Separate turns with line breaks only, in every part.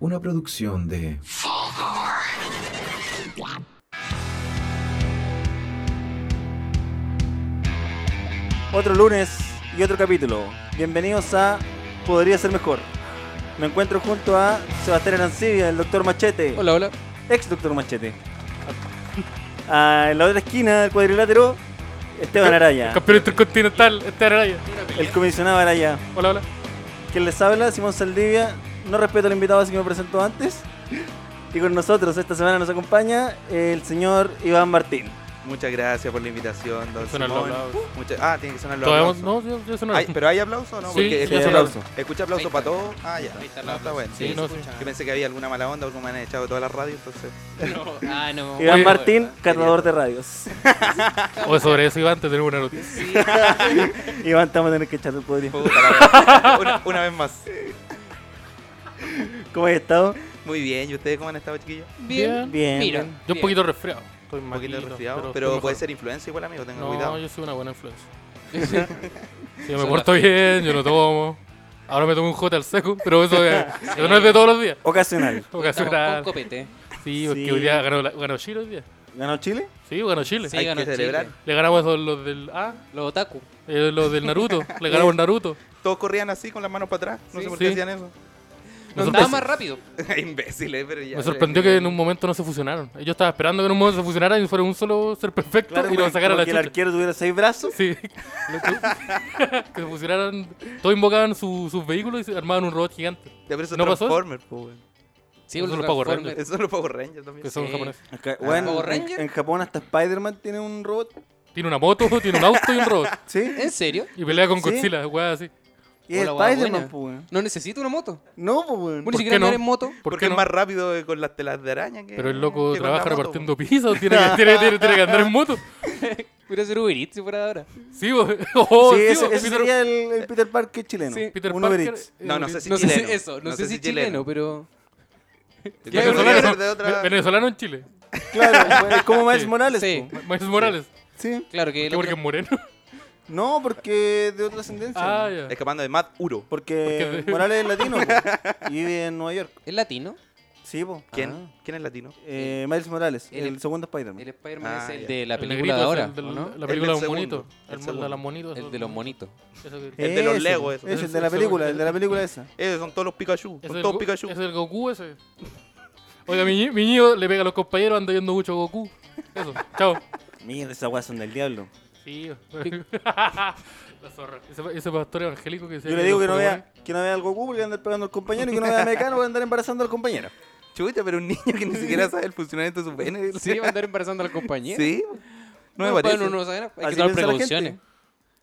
Una producción de...
Otro lunes y otro capítulo. Bienvenidos a Podría ser mejor. Me encuentro junto a Sebastián Arancibia, el doctor Machete,
Hola, hola.
ex doctor Machete. Ah, en la otra esquina del cuadrilátero, Esteban Araya,
Campeón intercontinental, este Araya.
el comisionado Araya.
Hola, hola.
Quien les habla, Simón Saldivia. No respeto al invitado, así que me presento antes. Y con nosotros esta semana nos acompaña el señor Iván Martín.
Muchas gracias por la invitación, don
Suenan los
Simón.
aplausos.
Mucha- Ah, tiene que sonar los
Todavía
aplausos.
no, yo, yo eso no
Ay, ¿Pero hay aplauso o no?
Sí,
Porque
sí,
escucha
hay
aplauso.
aplauso.
Escucha aplauso para todos. Ah, ya.
Ahí está el
No, está
aplauso.
bueno.
Sí,
Sí,
no,
sí. Yo pensé que había alguna mala onda, porque me han echado de todas las radios, entonces.
No, ah, no.
Iván
Oye,
Martín, catador de radios.
O sobre eso iba antes de una noticia.
Sí,
Iván, te vamos a tener que echar el podrido.
Oh.
Puta la wea. una, una vez más.
¿Cómo has estado?
Muy bien, ¿y ustedes cómo han estado, chiquillos?
bien.
Bien.
Mira.
bien.
Yo un poquito resfriado. Estoy
Un poquito
malito,
resfriado, pero,
estoy
puede
mejor.
ser influencia igual, amigo, tengan
No,
cuidado.
yo soy una buena influencia.
bien.
Yo me
Sola.
porto bien, yo no tomo. Ahora me tomo un J al seco, pero eso, es- eso no es de todos los días.
Ocasional.
Estamos con
Ocasional.
copete.
Sí, porque
Sí.
hoy día ganó, la- ganó Chile hoy día.
¿Ganó Chile?
Sí, ganó Chile.
Sí,
Hay
ganó
que celebrar.
Chile.
Le ganamos a los del A,
Los otaku.
eh, los del Naruto. Le ganamos Naruto.
Todos corrían así con las manos para atrás. No
Sí.
sé por qué
Sí.
hacían eso.
Me,
Andaba
sorpre-
más rápido.
Imbéciles, pero ya.
me sorprendió que en un momento no se fusionaron. Yo estaba esperando que en un momento se fusionaran y fuera un solo ser perfecto y lo
como-
sacaran
como
a la
que el
chucha.
arquero tuviera seis brazos.
Sí. que se fusionaran. Todos invocaban su- sus vehículos y se armaban un robot gigante.
Ya, pero eso
¿No
no
pasó?
Transformers, po, weón.
Sí,
Eso
un
es los Power
Transformer.
Eso son los Power Rangers también.
Que son
Sí.
japoneses.
Acá- bueno,
¿Power
en,
Ranger?
en Japón hasta Spider-Man tiene un robot.
Tiene una moto, tiene un auto y un robot.
¿Sí?
¿En serio?
Y pelea con
Sí.
Godzilla, weá, así.
Y es
Hola, guagua
Spider-man,
buena.
pues. weón.
No necesito una moto.
No, pues. weón.
Bueno, ni
¿Por
siquiera
qué no?
andar en moto.
¿Por
Porque
qué no?
es más rápido eh, con las telas de araña que.
Pero el loco
que con
trabaja
la moto,
repartiendo pizzas, tiene que, tiene, tiene- tiene que andar en moto.
Voy a hacer Uber Eats por ahora.
Sí, bo. Oh,
sí,
sí,
ese,
bo.
ese
Peter,
sería el, el Peter Parker chileno.
Sí,
Peter
un Uber
Parker.
Eats.
eh,
No, no sé si
no sé si
chileno.
eso, no, sé, si chileno, pero.
Yo creo que debe
Venezolano,
ser de otra-
venezolano en Chile.
Claro, weón, es como Miles
Sí.
Morales.
Sí.
po.
Ma- Maestro Morales.
Sí.
Claro que.
¿Qué,
el
porque
otro-
es moreno.
No, porque de otra ascendencia.
Ah, ya.
Escapando de Matt Uro.
Porque
Porque de-
Morales es latino po, y vive en Nueva York.
¿Es latino?
Sí, po.
¿Quién?
Ah.
¿Quién es latino?
Eh, Miles Morales, el,
Él es-
segundo Spider-Man.
El Spider-Man
Ah,
es el
ya.
de la
El
película de
negrito
ahora,
es el del-
¿o no?
La película de
El
los
del
monitos.
segundo, el
El de
segundo.
los monitos.
El
esos-
de los monitos.
eso que-
El de los
Ese,
Lego, eso.
ese, el de
Ese,
la
ese,
película,
ese.
el de la película esa.
Esos son todos los Pikachu.
Es
Son
el
todos
Go-
Pikachu.
Es el Goku ese. Oiga, mi, ñi- mi niño le pega a los compañeros, anda yendo mucho Goku. Eso, chao.
Mierda, esas weas son del diablo.
Sí, la zorra. Ese, ese pastor evangélico que decía
Yo le digo que no
los
vea, que no vea al Goku porque andar pegando al compañero y que no vea a Mecano porque andar embarazando al compañero.
Chucha, pero un niño que ni siquiera sabe el funcionamiento de su pene.
Sí, va a andar embarazando a la compañía.
Sí. No me
Bueno,
parece.
No, no, saben, hay
Así
que tomar
piensa la gente.
precauciones.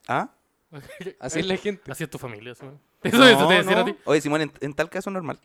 ¿Ah?
Pokémones.
Así es la gente.
Así es tu familia. Eso, ¿eh? eso, eso te decían
no.
a ti.
Oye, Simón, en, en tal caso normal.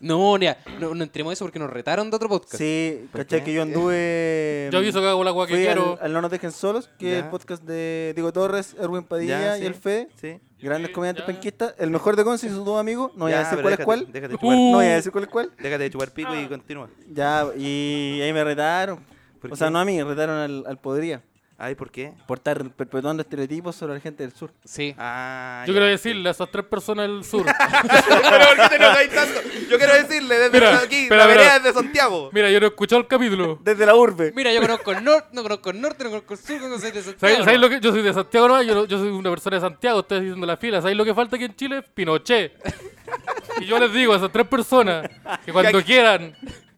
No, mira, no, no entremos a eso porque nos retaron de otro podcast.
Sí,
¿Por
¿cachai?
qué?
Que yo anduve. mm,
Yo aviso que hago la agua que
fui al-
quiero.
Al, No Nos Dejen Solos, que es el
Ya.
podcast de Diego Torres, Erwin Padilla
sí.
y el Fede.
Sí.
Grandes
Sí,
comediantes
ya.
penquistas. El mejor de Conce y sus dos amigos. No voy
Ya,
a decir
pero
cuál es cuál.
déjate- Déjate de chupar.
Uh. Ah.
No voy a decir cuál es cuál.
Déjate de chupar pico y continúa.
Ya, y ahí me retaron.
¿Por
O
qué?
sea, no a mí, retaron al, al Podría.
Ay, ¿por qué?
Por estar perpetuando estereotipos sobre la gente del sur.
Sí.
Ah.
Yo
ya.
quiero decirle a esas tres personas del sur.
Pero ¿por qué te enojáis tanto? Yo quiero decirle desde
Mira,
aquí,
espera,
la
mira.
vereda es de Santiago.
Mira, yo no he escuchado el capítulo.
Desde la urbe.
Mira, yo conozco el norte, no conozco el norte, no conozco el sur, no conozco el de Santiago.
¿Sabéis, sabéis lo que? Yo soy de Santiago, ¿no? yo, no- yo soy una persona de Santiago, ustedes diciendo la fila. ¿Sabéis lo que falta aquí en Chile? Pinochet. Y yo les digo a esas tres personas que cuando quieran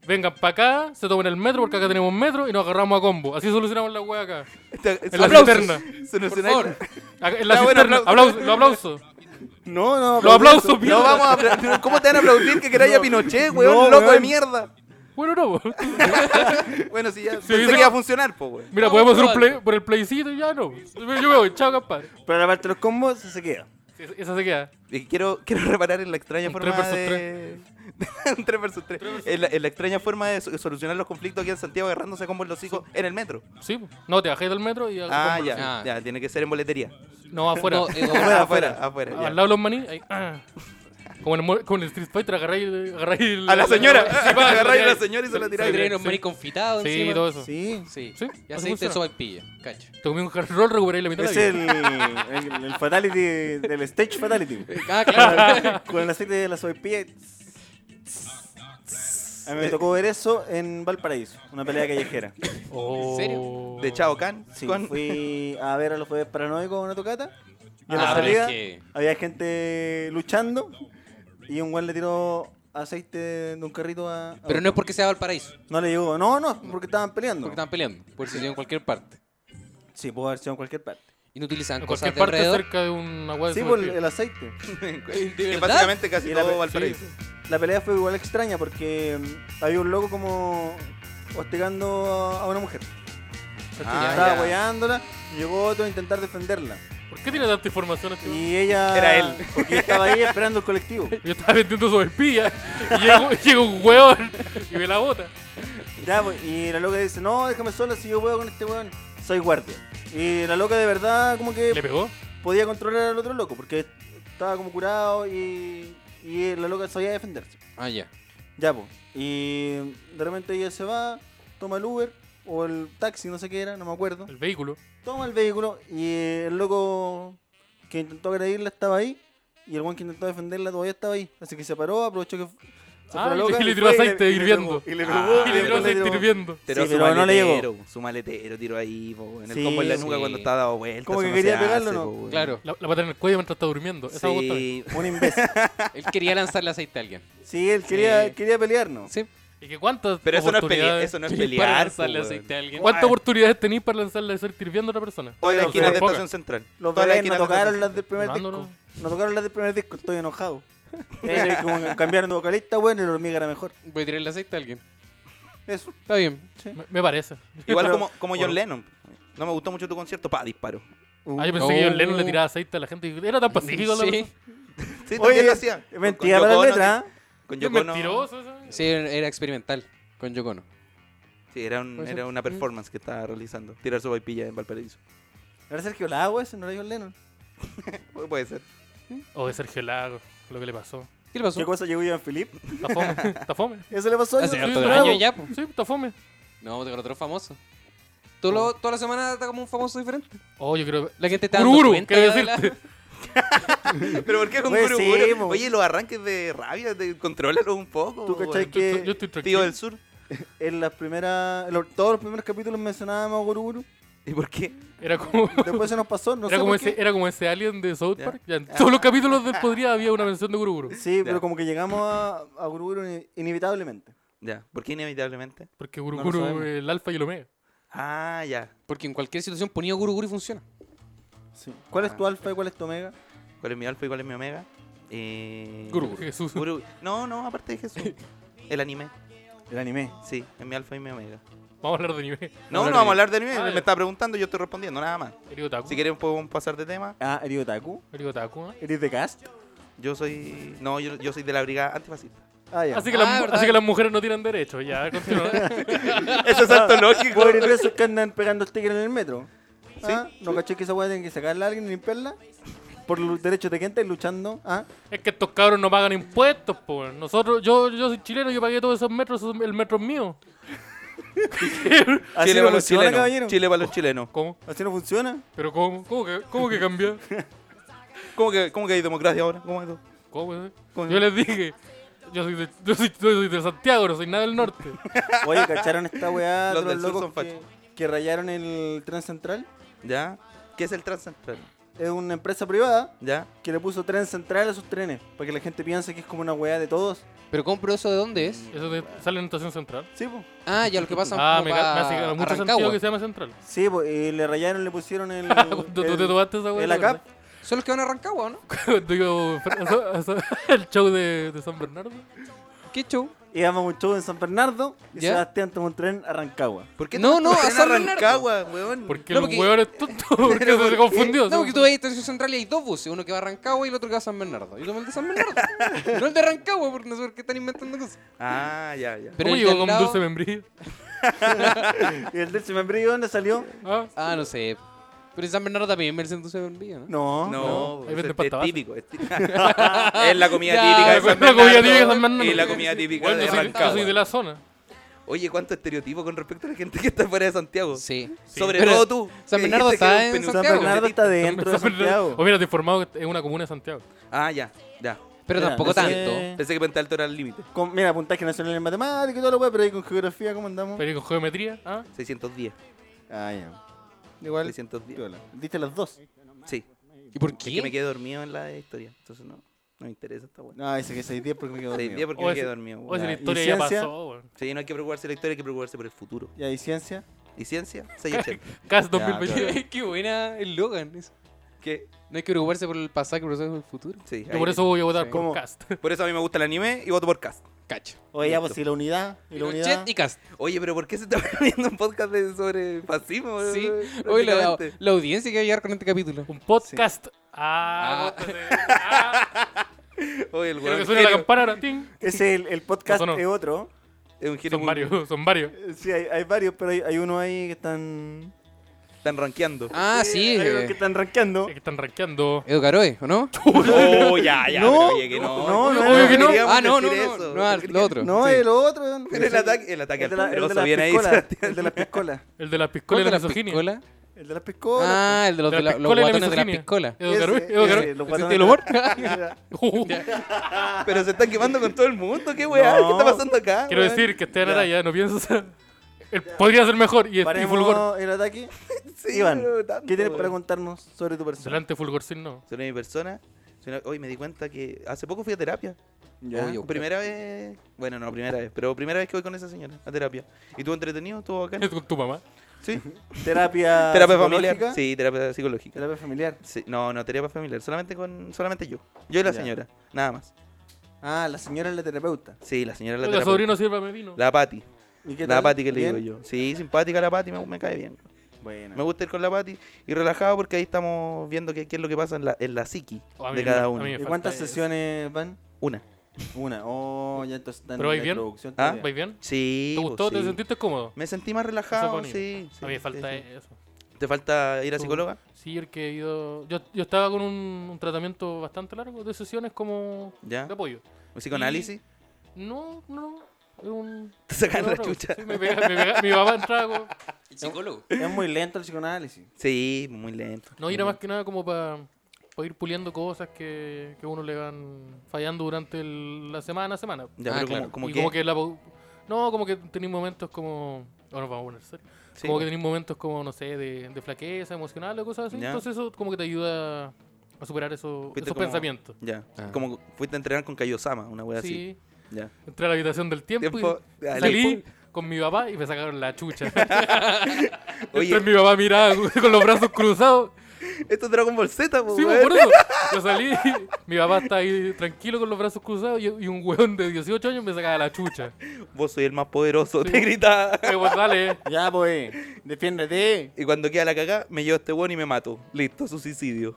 vengan para acá, se tomen el metro, porque acá tenemos metro y nos agarramos a combo. Así solucionamos la hueá acá. En la cisterna.
Por favor.
Acá- En la
Ya, bueno,
cisterna.
aplauso.
Aplauso, los aplausos.
No, no.
Los aplausos, mierda.
No vamos a apla- ¿Cómo te van a aplaudir que queráis a Pinochet, weón?
No,
loco de
weón.
mierda.
Bueno, no. pues. po.
Bueno, si ya.
dice-
pensé que iba a funcionar, po, weón.
Mira,
No,
podemos hacer un
probable.
play, por el playcito y ya no. Yo me voy, chao, compadre.
Pero la parte de los combos se queda.
Sí, Esa se queda.
Y quiero, quiero reparar en la extraña
Un
forma
3 versus
de... un 3 versus 3. En la, en la extraña forma de so- solucionar los conflictos aquí en Santiago agarrándose como los hijos en el metro.
Sí, po. no, te bajé del metro y
Ah,
combo.
ya,
Ah.
ya, tiene que ser en boletería.
No, afuera.
No, eh,
Afuera,
bueno,
afuera, afuera. ya.
Al lado de los maní, ahí. ah. Como en, el, mo- como en el Street Fighter, agarráis agarráis el-
A la señora, agarráis a la
tiráis.
señora y se la
se
tiráis.
traen unos maní confitados
Sí,
encima.
todo eso.
Sí.
Sí.
Sí,
Y
así
aceite de
funciona.
sopa y pilla. Cacho.
Te comí un hard roll, recuperáis la mitad
Es
de la
el, el, el fatality del stage fatality.
Ah, claro.
Con el aceite de la soypilla. A
Eh,
mí me tocó ver eso en Valparaíso, una pelea callejera.
¿En serio?
Oh.
De Chao Can.
Sí,
con-
fui a ver a los jueves paranoicos a una tocata. Y en la
Ah, pero es
salida
que-
había gente luchando y un güey le tiró aceite de un carrito a... a
Pero no es porque sea Valparaíso,
No le llegó. No, no, porque estaban peleando.
porque estaban peleando. Por si en cualquier parte.
Sí, pudo haber sido en cualquier parte.
Y no utilizaban
En
cosas
cualquier
de
parte
alrededor.
cerca de una hueá de
Sí, por el,
supermercado.
el aceite.
que
verdad?
básicamente casi
Y la
todo
pe-
Valparaíso.
La pelea fue igual extraña porque mm, había un loco como hostigando a a una mujer.
Ah,
Estaba
ya.
guayándola, llegó otro a intentar defenderla.
¿Por qué tiene tanta información este weón?
Y ella...
Era él.
Porque estaba ahí esperando el colectivo.
Yo estaba vendiendo su espía y llega, llega un hueón y me la bota.
Ya, pues, y la loca dice, no, déjame sola si yo puedo con este weón. Soy guardia. Y la loca de verdad como
¿Le
que
pegó?
podía controlar al otro loco porque estaba como curado y, y la loca sabía defenderse.
Ah, ya.
Ya, pues. Y de repente ella se va, toma el Uber o el taxi, no sé qué era, no me acuerdo.
El vehículo.
Toma el vehículo y eh, el loco que intentó agredirla estaba ahí y el weón que intentó defenderla todavía estaba ahí. Así que se paró, aprovechó que... se
Ah,
fue la
y
loca
le tiró
fue y
aceite
le- y le
hirviendo.
probó, Y le probó,
Y
Ah,
le tiró
después
aceite
tiró-
hirviendo.
Tiró
Sí,
su
pero no le llegó.
maletero, su maletero tiró ahí, po, en el
Sí,
combo en la nuca
sí.
cuando estaba dado vuelta.
Como
eso
que
se
quería pegarlo, ¿no?
po, weón.
Claro.
La, la patada en el cuello mientras está durmiendo. Esa me gusta a mí.
Sí.
Un imbécil.
Él quería lanzarle aceite a alguien.
Sí, él quería,
Sí.
quería pelearnos.
Sí.
¿Y que cuántas
Pero eso no es pelear,
oportunidades-
eso no es
Para
pelear. po,
lanzarle
weón.
aceite a alguien.
¿Cuántas oportunidades tenéis para lanzarle aceite hirviendo a otra persona?
Todas las
Claro,
esquinas de
súper
Estación
pocas.
Central.
Los
Todas las
bebés no
esquinas de
tocaron
Estación
las del primer
Mando,
disco. No tocaron las del primer disco, estoy enojado. Eh, como que cambiaron de vocalista, bueno, y la hormiga era mejor.
Voy a tirarle aceite a alguien.
Eso.
Está bien.
Me, me parece.
Central. Igual
Pero-
como, como John Lennon. No me gustó mucho tu concierto, pa, disparo.
Ah, yo pensé que John Lennon le
Oh.
tiraba aceite a la gente. y Era tan pacífico. la
Sí,
persona.
Sí, también
Oye,
lo hacía. Con-
mentira
con
para la
Yoko Ono,
letra. ¿eh?
Con
Qué
Yoko Ono-
mentiroso. ese.
sí, era experimental con Yocono.
Sí, era, un- era una performance que estaba realizando. Tirar su vaipilla en Valparaíso.
Era Sergio Lago ese, no era John Lennon.
Pu- Puede ser.
O de Sergio Lago. Lo que le pasó.
¿Qué le pasó?
¿Qué cosa llegó Ian Philip?
Está fome. Está fome.
Eso le pasó a
Hace
John
harto
Lago.
año ya, po.
Sí, está fome.
No, te otro famoso. Todo lo- toda la semana está como un famoso diferente.
Oh, yo creo.
La gente está dando
Cururu,
cuenta
quiero
de la-
decirte.
Pero ¿por qué con
Pues
Guru
sí,
Guru?
mo.
Oye, los arranques de rabia, de, contrólalo un poco.
Tú
weón.
cachai
Yo,
que
yo estoy tranquilo.
Tío del Sur.
en las primeras, en los- todos los primeros capítulos mencionábamos a Guru Guru.
¿Y por qué?
Era como.
Después se nos pasó, no
era,
sé
como
por
ese,
qué.
era como ese alien de South
Ya.
Park. Ya, en todos los capítulos del Podría había una mención de Guru Guru.
Sí,
Ya.
pero como que llegamos a, a Guru Guru in- inevitablemente.
Ya, ¿por qué inevitablemente?
Porque Guru
No lo
Guru
sabemos.
es el alfa y el omega.
Ah, ya.
Porque en cualquier situación ponía guru guru y funciona.
Sí. ¿Cuál es tu alfa y cuál es tu omega?
¿Cuál es mi alfa y cuál es mi omega? Eh...
Guru Guru.
Jesús.
Guru- No, no, aparte de Jesús. El anime,
El anime.
sí, es mi alfa y mi omega.
Vamos a hablar de nivel.
No, no
Vamos a hablar
vamos a
de-
hablar de anime.
Ah,
me
ya.
estaba preguntando, yo estoy respondiendo, nada más.
Eric Otaku.
Si quieren podemos pasar de tema.
Ah, ¿eres otaku?
Eric Otaku, ¿eh?
¿Eres de cast?
Yo soy... No, yo, yo soy de la brigada antifascista.
Ah, ya.
Así que,
Ah,
las, mu-
verdad.
así que las mujeres no tienen derecho. Ya, continúa.
Eso es alto lógico.
Pobres presos que andan pegando stickers en el metro. ¿Ah? ¿No caché que esa weá tienen que sacarla a alguien y limpiarla? Por los derechos de quien estáis luchando. ¿Ah?
es que estos cabros no pagan impuestos, pues. Nosotros, yo, yo soy chileno, yo pagué todos esos metros, esos- el metro es mío.
Así
Chile
no
para los
funciona,
chilenos.
caballero.
Chile para los chilenos.
¿Cómo?
Así no funciona.
¿Pero cómo? ¿Cómo que, cómo que cambié?
¿Cómo que, ¿Cómo que hay democracia ahora? ¿Cómo es eso?
¿Cómo, eh?
¿Cómo?
Yo les dije, yo soy, de, yo soy- yo soy de Santiago, no soy nada del norte.
Oye, ¿cacharon esta weá de
Los
los,
del sur son
locos que, que rayaron el tren central?
¿Ya? ¿Qué es el transcentral?
Es una empresa privada
¿Ya?
que le puso tren central a sus trenes. Para que la gente piense que es como una weá de todos.
Pero compro eso de dónde es.
Eso de- sale en Estación Central.
Sí, pues.
Ah, ya lo que pasa
Ah,
como
me,
pa-
ca- me hace que- mucho sentido
Rancagua.
que se llama Central.
Sí, po, Y le rayaron, le pusieron el.
Ah, Cuando tú
el-
te tomaste esa weá.
el ACAP.
Son los que van a Rancagua, ¿o ¿no?
Digo, eso- eso- el show de, de San Bernardo.
¿Qué show?
Íbamos a un show en San Bernardo y
¿Ya?
Sebastián tomó un tren a Rancagua.
¿Por qué
No,
tanto
no, a
tren
San
Rancagua, weón?
Porque
No,
el
porque-
hueón es tonto, porque se confundió.
No, porque tú vas a Estación Central y hay dos buses, uno que va a Rancagua y el otro que va a San Bernardo. Yo tomé el de San Bernardo. no el de Rancagua, porque no sé por qué están inventando cosas.
Ah, ya, ya.
Pero
¿Cómo
el
llegó
de al
con
lado-
dulce membrillo?
Y el del Semembrillo, ¿dónde salió?
Ah,
Ah, no sé. Pero en San Bernardo también me dicen dulce de bombilla, ¿no?
No.
No,
Ahí
es,
venden
es
pasta base.
típico. este. Es, típico. es la comida
Ya,
típica de
la
San
comida
Bernardo
típica de San Bernardo.
Y la comida típica
bueno,
de
yo soy, yo
Rancagua.
soy de la zona.
Oye, cuánto estereotipo con respecto a la gente que está fuera de Santiago.
Sí.
Sobre
Pero
todo tú.
San
que
Bernardo
dijiste que
está
era un
en
penúltimo
San
Santiago.
Bernardo está dentro de
San Bernardo-
Santiago.
O mira, te he informado que es una comuna de Santiago.
Ah, ya, ya.
Pero Pero
Mira,
tampoco
no sé.
tanto.
Pensé que Pente Alto era el límite.
Con- mira, puntaje nacional en matemáticas y todo lo weá, pero ahí con geografía, ¿cómo andamos?
Pero ¿y con geometría, ¿ah?
610.
Ah, ya. Igual,
610.
piola. diste las dos.
Sí.
¿Y por
Es que me
qué?
quedé dormido en la de historia. Entonces no, no me interesa esta weá.
No, Ah, dice que 6-10 porque me quedo dormido.
610 porque
O
me
ese-
quedé dormido.
O sea,
weón.
Ya,
la
¿y
historia ya
ciencia?
pasó, weón.
Sí, no hay que preocuparse de la historia, hay que preocuparse por el futuro.
¿Y ahí ciencia?
¿Y ciencia? 680.
CAS
claro.
2022.
Qué buena el Logan. eso.
¿Qué?
No hay que preocuparse por el pasado, que preocuparse por el futuro.
Sí.
Yo
ahí-
por eso voy a votar
Sí.
por
¿Cómo?
CAST.
por eso a mí me gusta el anime y voto por cast.
Cacho.
Oye, ya,
Listo.
pues si la unidad. Y la unidad.
Pinochet y Cast.
Oye, pero ¿por qué se está viendo un podcast de- sobre fascismo?
Sí.
eh,
Hoy la,
prácticamente?
la audiencia que va a llegar con este capítulo.
Un podcast. Ah,
Ah.
cómprate. ah,
Oye, el
quiero
weón
que suene la
genio.
campana. ahora, ting.
Ese el, el podcast
No sonó.
es otro.
Es un giro
Son
muy-
varios, son varios.
Eh, Sí, hay, hay varios, pero hay, hay uno ahí que están.
Están rankeando.
Ah, sí.
Hay unos
eh,
que están rankeando.
Es que están rankeando.
Edu Caroe, ¿o no?
Oh, ya, ya.
No,
pero oye, que no.
no, no,
Obvio que no.
queríamos
Ah, no, no,
decir
no.
eso.
No, al- lo otro.
No,
Sí.
el otro. weón.
El ataque, el ataque
El de
al
la- el de
poderoso
las
viene ahí.
piscolas.
Sebastián.
El de las piscolas.
El de las piscolas
¿Cuál
y
de
la
las
misoginia.
piscolas?
El de las piscolas.
Ah, el de los,
De
de
las
la- los
piscolas y la
guatones de las
misoginia.
piscolas.
Edu
Ese,
Garoy, Edu
ese,
Garoy.
los
¿Existe
guatones
el humor?
Uh,
Pero se están quemando con todo el mundo. ¿Qué weá? ¿Qué está
No.
pasando acá?
Quiero
weón?
decir que este
Ya.
Araya no piensa. Él eh, podría ser mejor y, y Fulgor.
Paremos el ataque.
Sí,
Iván,
pero tanto,
¿qué tienes para
weón.
contarnos sobre tu persona?
Delante Fulgor sin no.
Sobre mi persona. soy una- Hoy me di cuenta que hace poco fui a terapia.
¿Ah?
Obvio.
Primera vez. Bueno, no, primera vez. Pero primera vez que voy con esa señora a terapia. ¿Y tú entretenido? ¿Estuvo bacán?
Es con tu mamá.
Sí.
Terapia.
¿Terapia familiar?
psicológica?
Sí, terapia psicológica.
Terapia familiar.
Sí, no, no, terapia familiar. Solamente con solamente yo. Yo y la
Ya.
señora. Nada más.
Ah, la señora es la terapeuta.
Sí, la señora es la
Oiga,
terapeuta.
sobrino, sírvame vino.
La Pati.
¿Y qué
La
tal?
Pati que le
¿Bien?
digo yo. Sí, simpática la Pati, me, me cae bien.
Bueno.
Me gusta ir con la Pati y relajado porque ahí estamos viendo qué, qué es lo que pasa en la, en la psiqui
Oh, a mí
de
me- a
cada
mí
uno.
me-
¿Y cuántas
falta eso.
sesiones van?
Una.
Una. Oh, ya entonces están
¿Pero vais
en la
bien?
introducción
Ah,
todavía.
¿Vais bien?
Sí.
¿Te gustó?
pues,
¿Te
sí.
sentiste cómodo?
Me sentí más
Eso
relajado,
bonito.
sí. sí,
a mí me falta
sí, sí.
eso.
¿Te falta ir a
Tú-
psicóloga?
Sí, el que he ido. Yo, yo estaba con un, un tratamiento bastante largo de sesiones como
¿Ya?
de apoyo.
¿O psicoanálisis?
No, no. es un-
Te sacan la
no, no,
chucha.
sí, me pega- me pega- mi mamá entraba con-
El psicólogo.
Es muy lento el psicoanálisis.
Sí, muy lento.
No, y era más que nada como para ir puliendo cosas que, que uno le van fallando durante el- la semana a semana.
Ya,
Ah,
pero
claro.
como, como
y
que...
como que la pau- No, como que tenéis momentos como... Ahora nos vamos a poner serios.
sí,
como que tenéis momentos como, no sé, de, de flaqueza emocional o cosas así.
Ya.
Entonces eso como que te ayuda a superar eso-
Fuiste
esos
como-
pensamientos.
Ya.
Ah.
Como fuiste a entrenar con Kaiosama, una wea
Sí.
así. Ya.
Entré a la habitación del tiempo,
Tiempo-
y
Ah,
salí
tiempo.
con mi papá y me sacaron la chucha.
Oye.
Entonces mi papá miraba con los brazos cruzados.
Esto es Dragon Ball Z, po,
Sí, pues,
weón.
por eso. Yo salí, mi papá está ahí tranquilo con los brazos cruzados y, y un weón de 18 años me sacaba la chucha.
Vos soy el más poderoso,
Sí.
te grita.
Pero pues dale,
Ya, pues. Defiéndete.
Y cuando queda la cagá, me llevo a este weón y me mato. Listo, su suicidio.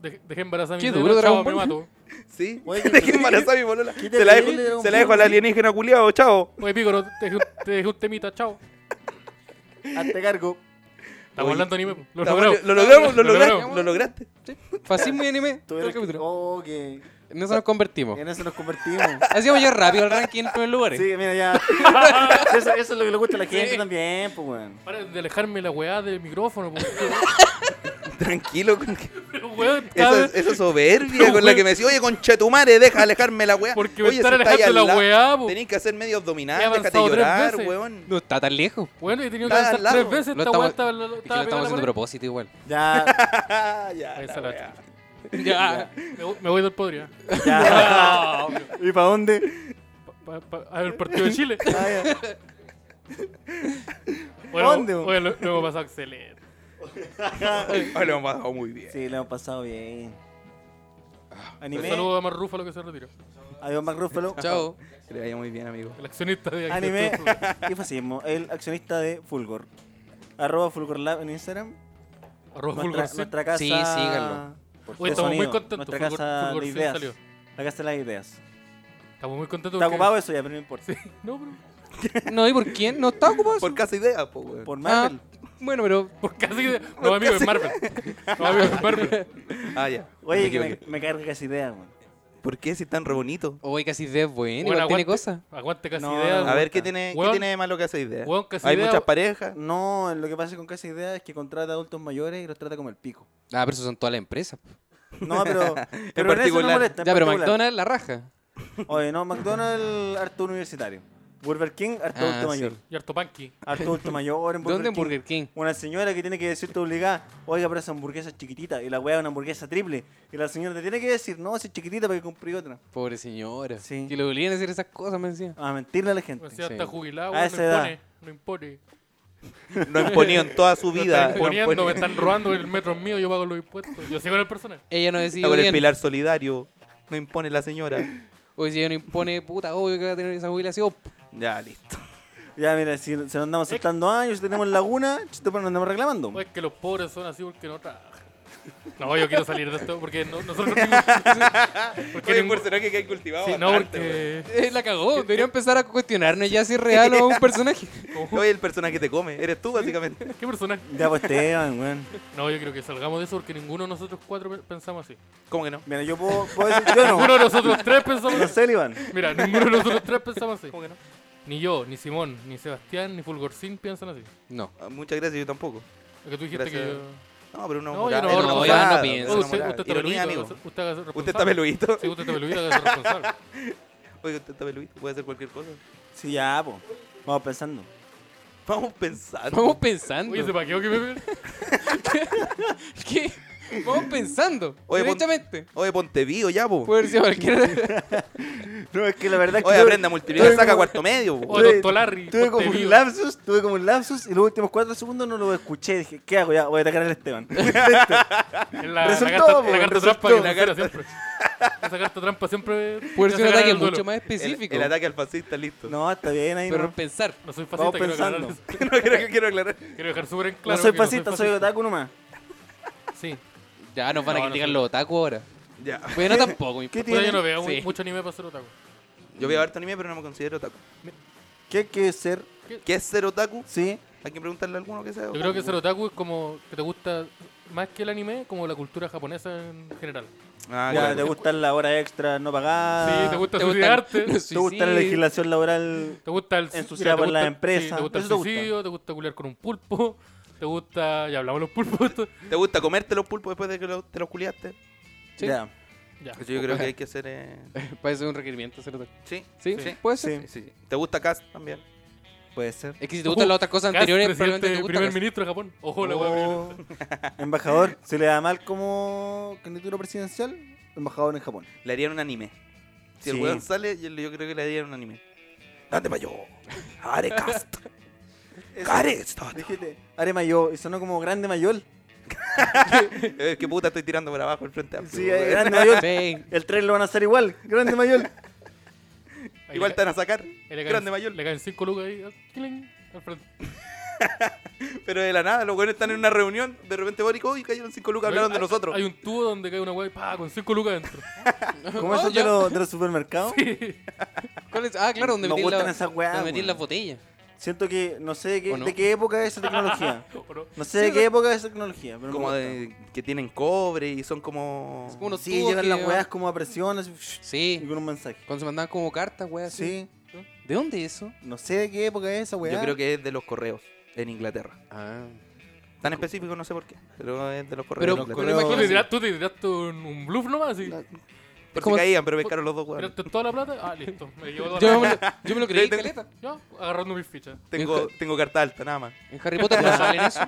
de- dejé embarazada a mi
Qué
nena,
duro,
chao,
Dragon
me
Ball.
mato.
¿Sí?
Oye,
Dejé
¿qué-
embarazada a mi polola.
qué
Se la
terrible,
dejo,
Dragon
se la dejo
Ball,
al alienígena culiado, chao.
Oye, Pícoro, te dejé, un- te dejé un temita, chao.
Hazte cargo.
Estamos
Oye,
hablando de anime, lo
Estamos-
logramos.
Lo logramos, lo
Lo
lograste.
logramos.
Lo lograste.
Fascismo y anime.
Tú
todo el
eres que-
capítulo.
Oh, que
En eso nos convertimos.
en eso nos convertimos.
Así vamos a llegar rápido al ranking en primer lugar.
Sí, mira, ya. Eso, eso es lo que le gusta a la gente
Sí.
también, pues, weón.
Para de alejarme la weá del micrófono, porque
Tranquilo. con que-
pero weón, cada
Esa,
vez-
esa soberbia con la que me decía, oye, conchetumare, deja alejarme la weá.
porque me
oye,
están
si está ahí
alejando
al
la
lado,
weá, po.
Tenés que hacer medio
He
abdominal,
avanzado
déjate
tres
llorar,
veces.
weón.
No está tan lejos.
Bueno, he tenido que
Está
avanzar
al lado.
tres veces,
Lo
esta weá
estamos,
estaba
es que lo estamos haciendo a propósito igual.
Ya,
Ah, ya,
Ahí
la
está la
weá.
chucha.
Ya.
Me voy- Me voy del podría.
ya. ¿Y para dónde?
Pa- pa- A ver el partido de Chile.
Ah, ya.
Bueno,
¿Dónde?
bueno, lo hemos pasado excelente.
Ah, lo hemos pasado muy bien.
Sí, le hemos pasado bien.
Un
Anime.
saludo a Mar Rúfalo que se retira.
Adiós, Mark Ruffalo.
Chao.
Que le vaya muy bien, amigo.
El accionista de aquí.
Anime. ¿Qué fascismo? El accionista de Fulgor. Arroba Fulgor Lab en Instagram. Nuestra,
Arroba Fulgor Sin.
nuestra casa.
Sí, síganlo.
por
Oye,
de
estamos muy
sonido,
contentos,
Nuestra
Fulgor-
casa
Fulgor
de
Sin
ideas.
salió.
La casa de las ideas.
Estamos muy contentos.
Está
porque-
ocupado eso ya, pero no importa.
No, bro.
No, ¿y por quién? No está ocupado. eso?
Por casa idea, po, weón.
Por
Ah,
Marvel.
bueno, pero.
Por casi. No, amigo, es Marvel. No, amigo, es Marvel.
Ah, ya.
Oye,
Me
que me,
equivoqué.
me carga esa idea, weón.
¿Por qué si es tan re bonito?
Hoy casi de bueno,
Bueno,
igual tiene
aguante-
cosas.
Aguante casi
No,
idea.
no,
A ver, ¿qué
gusta.
tiene, ¿qué
Weón-
tiene de malo que esa idea?
Weón, Casa
Hay
Idea-
muchas parejas.
No, lo que pasa con Casa Idea es que contrata adultos mayores y los trata como el pico.
Ah, pero eso son todas las empresas.
No, pero, pero en eso no
particular.
molesta. en
Ya, pero
particular.
McDonald's la raja.
Oye, no, McDonald's, harto universitario. Burger King, harto
Ah,
adulto
sí.
mayor.
Y harto panqui.
Harto adulto mayor en Burger
¿Dónde en
King.
Burger King?
Una señora que tiene que decirte obligada, oiga, pero esa hamburguesa es chiquitita. Y la weá es una hamburguesa triple. Y la señora te tiene que decir, no, esa es chiquitita para que compré otra.
Pobre señora.
Sí.
Que le obligan a hacer esas cosas, me decía.
A mentirle a la gente.
O sea,
Sí.
está jubilado,
A
no
esa edad.
impone. No impone.
No han ponido en toda su
Me
vida.
están imponiendo, me están robando el metro es mío, yo pago los impuestos. Yo sigo en el personaje.
Ella no
Está
decide
con el
bien.
pilar solidario. No impone la señora.
O si ella no impone, puta, obvio que va a tener esa jubilación.
Ya, listo.
Ya, mira, si se nos andamos saltando años, tenemos laguna, chito, pero nos andamos reclamando.
No, es que los pobres son así porque no trabajan. No, yo quiero salir de esto porque no- nosotros no porque ningún-
personaje que hay cultivado.
Sí, no, porque...
Eh, la cagó. Debería empezar a cuestionarnos ya si es real o es un personaje.
No es el personaje que te come. Eres tú, básicamente.
¿Qué personaje?
Ya, pues, Esteban, weón.
No, yo creo que salgamos de eso porque ninguno de nosotros cuatro pe- pensamos así.
¿Cómo que no?
Mira, yo puedo, puedo decir, yo
Ninguno
no.
de nosotros tres pensamos
No
así.
sé, Iván.
Mira, ninguno de nosotros tres pensamos así.
que no?
Ni yo, ni Simón, ni Sebastián, ni Fulgorcín piensan así.
No.
Ah, Muchas gracias, yo tampoco.
Lo que tú dijiste
Gracias.
que...
No, pero una
No,
humorada.
yo no,
Era
no,
una
no,
humorada,
yo no
era
pienso.
una
Usted,
humorada.
usted está
Ironía,
peludo,
amigo.
usted está responsable.
Usted está peluito.
Sí, usted está peludo, hay que ser responsable.
Oye, usted está peluito. Puede hacer cualquier cosa.
Sí, ya, po. Vamos pensando.
Vamos pensando.
Vamos pensando.
Oye, ¿se paqueó que me ve?
¿Qué? Vamos pensando.
Oye, pon-
directamente.
Oye, ponte vivo ya, po.
Puede haber sido cualquiera.
No, es que la verdad es que.
Oye,
tuve-
aprenda a multiplicar,
tuve
saca
como-
cuarto medio. po.
Oye, doctor Larry,
Tuve como
ponte
un
vivo.
lapsus, tuve como un lapsus y los últimos cuatro segundos no lo escuché. Dije, ¿qué hago? Ya, voy a atacar al Esteban.
En La,
Resultó,
la carta,
po,
la carta
resultó.
trampa que
La
la carta siempre. Esa carta trampa siempre.
Puede
te
ser un
hace ganar
ataque
el duelo.
mucho más
El,
específico.
el ataque al fascista, listo. No,
No, está bien ahí.
Pero
No,
pensar.
No soy
Vamos
fascista,
pensando.
quiero, aclarar eso.
quiero, quiero aclarar.
quiero dejar súper en
no
claro.
soy
que
fascista, soy
fascista.
otaku nomás.
Sí.
Ya nos van
No,
a
no
criticar
soy-
los otaku ahora.
Ya.
Bueno, tampoco. me
¿Qué
importa.
Pero yo no
tiene?
veo
Sí.
mucho anime para ser otaku.
Yo veo harto anime, pero no me considero otaku.
¿Qué hay que ser?
¿Qué es ser otaku?
Sí.
Hay que preguntarle a alguno que sea
Yo creo que ser
otaku.
otaku es como que te gusta más que el anime, como la cultura japonesa en general.
Ah,
Ya,
claro.
te gustan la hora extra no pagada.
sí, te gusta
¿Te gustan
suicidarte.
los
Te gusta la
suicidios?
legislación laboral.
Te gusta el
Ensuciar
mira, te
por la
gusta- sí,
empresa.
te gusta el
Eso te gusta.
suicidio, te gusta culiar con un pulpo. Te gusta. Ya hablamos de los pulpos. esto-
¿Te gusta comerte los pulpos después de que lo- te los culiaste?
Sí.
Ya.
Ya.
Eso yo creo que hay que hacer. eh,
Parece un requerimiento ser otaku.
Sí,
¿Sí?
sí.
puede ser.
Sí.
Sí, sí. ¿Te gusta Cast también?
Puede ser.
Es que si te gustan las otras cosas anteriores,
Gas,
eh, probablemente te
presidente,
gusta.
primer ministro de Japón. Ojo, la weá.
Oh, embajador, ¿se le da mal como candidatura presidencial? Embajador en Japón.
Le harían un anime.
Sí.
Si el weón sale, yo, yo creo que le harían un anime. Date pa' yo. Are Cast. Are Cast.
Dijiste, Are Mayor, y sonó como Grande Mayor.
Eh, Qué puta estoy tirando para abajo el frente amplio.
Sí,
weón.
eh, Grande Mayor.
Sí.
El tren lo van a hacer igual, Grande Mayor.
Ahí
Igual
le
te van a sacar.
Ahí le
Grande
caen-
mayor.
Le caen 5 lucas ahí. ah, cling, al frente.
Pero de la nada, los weones están en una reunión. De repente, Borico, y cayeron cinco lucas, hablaron de
Hay-
nosotros.
Hay un tubo donde cae una weá y pa, con 5 lucas adentro.
¿Cómo eso
Oh,
de,
ya.
los- de los supermercados?
¿Cuál es? Ah, claro, donde
Nos
metí
gustan
la,
esas weas,
donde metí
weón.
las botellas.
Siento que no sé de qué,
¿O no?
de qué época es esa tecnología.
¿O no?
No sé de qué época es esa tecnología. Pero me
Como
gusta.
de, que tienen cobre y son como.
Es como unos
Sí,
tubos
llegan
que-
las weas como a presión así, y
Sí.
con un mensaje.
Cuando se mandaban como cartas, weas. así.
Sí,
¿De dónde eso?
no sé de qué época es esa wea.
Ah, Yo creo que es de los correos en Inglaterra.
Ah.
Tan específico, no sé por qué. Pero es de los correos.
Pero
en
con
creo-
Inglaterra.
Tú te tiraste, tú te tiraste un, un bluff nomás, así.
Por
como-
si caían, pero pescaron los dos weones.
Tiraste toda la plata. Ah, listo. Me llevo toda
Yo
la
me
plata.
lo, yo me lo creí,
Te- te-
caleta.
Yo agarrando mis fichas.
Tengo, tengo carta alta, nada más.
En Harry Potter no salen eso.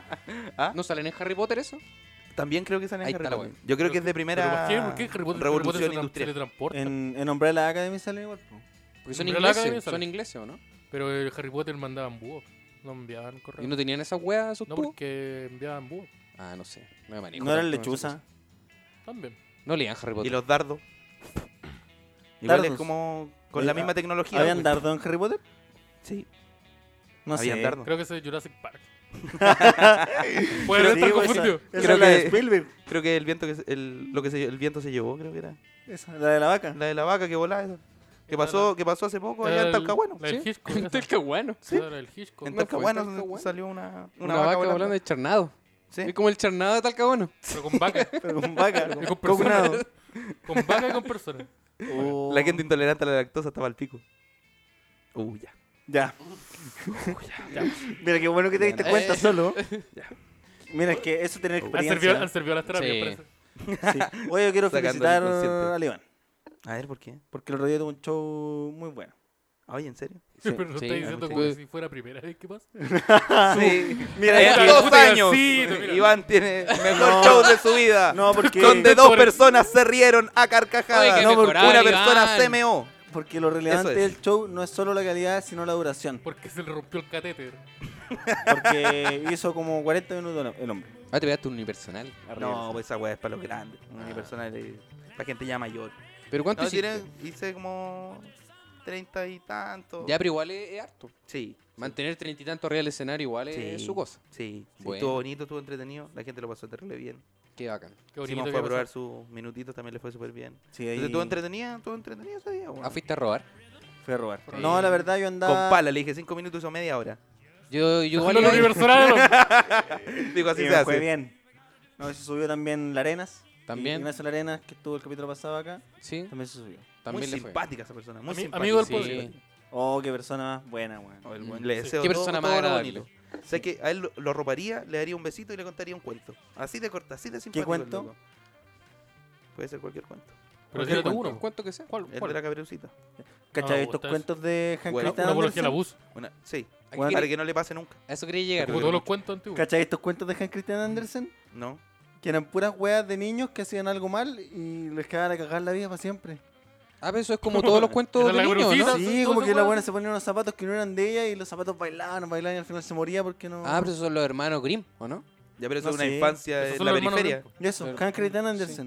¿Ah?
¿No salen en Harry Potter eso?
También creo que salen
Ahí
en
está
Harry
la
Potter. Yo creo que es de
Pero ¿por
primera
qué? ¿Por qué Harry Potter- Harry Potter
revolución
se tra- se
industrial.
teletransporta?
En, en Umbrella Academy sale igual. po.
Porque son
Pero la
ingleses,
academia
son
sale.
ingleses, ¿o no?
Pero el Harry Potter mandaban búhos. No enviaban correo.
¿Y no tenían esas weas esos
No,
tubos?
porque enviaban búhos.
Ah, no sé. No me manejo.
No era
tanto con esas
lechuza.
También.
cosas. No leían Harry
Y
Potter.
los dardos. Igual es
Dardos.
como con la
Oye,
misma
ah,
tecnología.
¿Habían
pues.
dardo en Harry Potter?
Sí,
No
habían
sé.
dardos.
Creo que ese es Jurassic Park. Puede
Sí,
estar
güey, esa-
confundido.
Esa,
Creo
es la de
que-
Spielberg.
Creo que el viento que se- el, lo que se- el viento se llevó, creo que era.
Esa, la de la vaca.
La de la vaca que volaba esa. Que
Era la-
pasó, que pasó hace poco allá en
Era el-
Talcahuano.
La del
¿Sí?
Hitchcock. esa.
Qué bueno.
Esa era del Hitchcock.
En
No fue
Talcahuano,
Talcahuano.
salió una, una,
Una, vaca volando de charnado.
Sí.
Es como el charnado de Talcahuano.
Pero con vaca.
Pero con vaca.
Y
con
con
coconado.
personas. Con vaca y con personas.
Oh.
La gente intolerante a la lactosa estaba al pico. Uh, ya.
Ya. Mira, qué bueno que te diste
Eh.
cuenta solo. Mira, es que eso tener
Han servido,
Oh,
experiencia.
han servido las terapias.
Sí.
parece.
Sí. Oye, yo quiero
Sacando el
felicitar
inconsciente.
al Iván,
A ver, ¿por qué?
porque el otro día tuvo un show muy bueno.
Oye, ¿en serio?
Pero lo
sí,
estáis diciendo
sí.
como si fuera primera vez que pasa.
Ah, Sí.
Mira,
en
puta,
dos
puta,
años.
sí, mira.
Iván tiene el mejor
No.
show de su vida.
No, porque-
Donde dos
Por-
personas se rieron a carcajadas.
Oye, que
No, porque
mejorar,
una persona
Iván.
se meó.
Porque lo relevante
es.
del show no es solo la calidad, sino la duración.
Porque se le rompió el catéter.
Porque hizo como 40 minutos el hombre.
Ah, te pegaste un unipersonal.
No, pues esa weá es para los grandes. Unipersonal es para gente ya mayor.
¿Pero cuánto
No,
hiciste?
tiene- hice como treinta y tanto.
Ya, pero igual es, es harto.
Sí.
Mantener treinta y tantos arriba del escenario igual es
Sí.
su cosa.
Sí, sí,
Bueno.
estuvo bonito, estuvo entretenido, la gente lo pasó terrible bien.
Qué bacán. Ah,
Qué bonito
Simón
que
fue a
pasó.
probar sus minutitos, también le fue súper bien.
Sí, ahí
Entonces estuvo entretenida, estuvo entretenida ese día, weón.
Ah, fuiste a robar.
fue a robar.
Sí.
No, la verdad yo andaba...
Con pala, le dije cinco minutos o media hora.
Yo, yo igual
Bueno, el
iba-
universal
Digo,
y
así se
me fue
hace.
bien. No, se subió también la Arenas.
También.
Ignacio la Arenas, que estuvo el capítulo pasado acá,
Sí,
también se subió.
también
muy
le fue.
simpática esa persona, muy
Ami-
simpática.
amigo del
Sí.
público.
Oh, qué persona más buena, weón.
No, el
Mm.
buen- le
Sí.
deseo
Qué
todo-
persona
todo
más
lo
agradable.
bonito. O sea que a él lo, lo roparía, le daría un besito y le contaría un cuento. Así de corta, así de simpático. el
cuento?
loco. Puede ser cualquier cuento.
Pero si
¿Qué
era
cuento?
uno.
¿Cuánto que sea?
¿Cuál?
El
cuál?
de la caperucita.
¿Cachai?
me
Estos
gusta eso.
cuentos de Hank
Bueno,
Christian
Una apología al
Andersen.
abuso.
Una- sí,
¿A,
Bueno,
para
qué quería-
que no le pase nunca.
a eso quería llegar.
Como todos los cuentos antiguos.
¿Cachai? Estos cuentos de Hank Christian Andersen,
No.
que eran puras weas de niños que hacían algo mal y les quedaban a cagar la vida para siempre.
Ah, pero eso es como todos los cuentos
Esa
de
es la
niños, ¿no?
gruesita.
Sí,
Entonces,
como que
weón.
la buena se ponía unos zapatos que no eran de ella y los zapatos bailaban, bailaban y al final se moría porque no.
Ah, pero esos son los hermanos Grimm, ¿o no?
Ya, pero eso
No
es una
sé.
infancia
Esos
en
son
la
los hermanos
periferia.
Grimm.
Y eso,
Pero-
Hank Christian Andersen.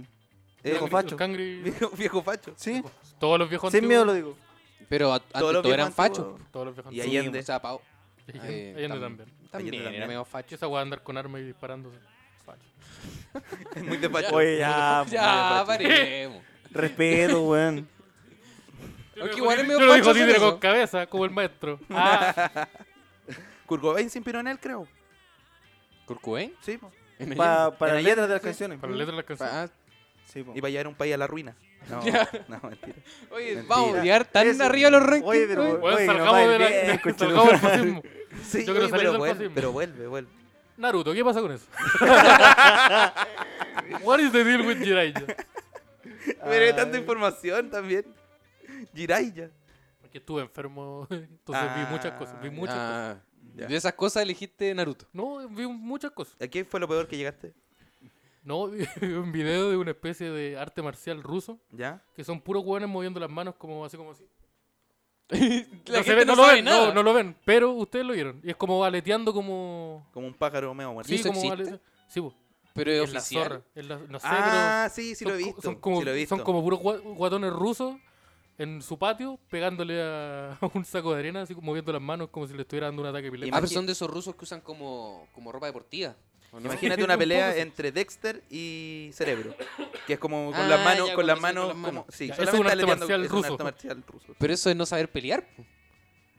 Eh,
Viejo
Los-
facho.
los cangri-
Viejo, viejo facho.
Sí,
Todos los viejos
sin
antiguos.
miedo lo digo.
Pero
Ah,
a- antes
Todos los
todos
viejos
eran fachos.
antiguos.
Todos los viejos
Y
antiguos.
O
Allende.
sea, Pau.
Y
eh,
Allende también.
tam- También
Allende
era
también.
medio facho.
Esa weá de andar con arma y disparándose.
Es muy de facho.
Oye, ya.
Ya, paremos.
Respeto, weón.
Aunque igual es
Yo
medio
lo dijo
facho hacer
Títere
eso.
con cabeza, como el maestro. Ah,
Kurt Cobain sin pironel, creo.
¿Kurt Cobain?
Sí, po.
¿En
Pa-
Allende?
para las
Allende,
letras de las
sí.
canciones.
para la letra de las canciones.
Ah,
Sí, po.
Y para llevar un país a la ruina. No, no, mentira.
Oye,
Mentira.
vamos a odiar tan
Eso.
arriba los rankings.
Oye, pero-
weón.
Weón,
Oye,
salgamos
no va
de la-
bien,
de-
coche,
salgamos
no.
del fascismo.
Sí,
Yo quiero
oye,
salir
pero,
del
vuelve,
fascismo.
pero vuelve, vuelve.
Naruto, ¿qué pasa con eso? What is the deal with Jiraiya?
Pero hay tanta información también. Jiraiya.
Porque estuve enfermo, entonces vi muchas cosas, vi muchas cosas.
Ah,
Ya.
De esas cosas elegiste Naruto.
No, vi muchas cosas.
¿A qué fue lo peor que llegaste?
No, vi un video de una especie de arte marcial ruso
¿Ya?
que son puros hueones moviendo las manos como así como así.
La
no, se
gente
ve- no
no
lo
sabe
ven,
nada.
no, no lo ven, pero ustedes lo vieron. Y es como aleteando como...
Como un pájaro medio muerto.
¿Y eso
como
existe?
alete- Sí, po.
Pero es
en la zorra.
oficial.
en la- no sé, pero...
Ah, sí, sí lo he
son co-
visto.
Son como,
sí lo he visto.
son como puros gua- guatones rusos en su patio pegándole a, a un saco de arena, así como moviendo las manos como si le estuviera dando un ataque
Ah,
epiléptico.
pero son de esos rusos que usan como, como ropa deportiva. ¿o no?
Imagínate
Un
una
poco
pelea
sí.
entre Dexter y Cerebro. Que es como con
Ah,
las manos,
ya,
con
cuando
las
se-
manos,
con las manos.
como. Sí,
Ya, eso es un
solamente
arte
aleteando-
marcial
es un arte
ruso.
marcial ruso.
Pero eso es no saber pelear. po.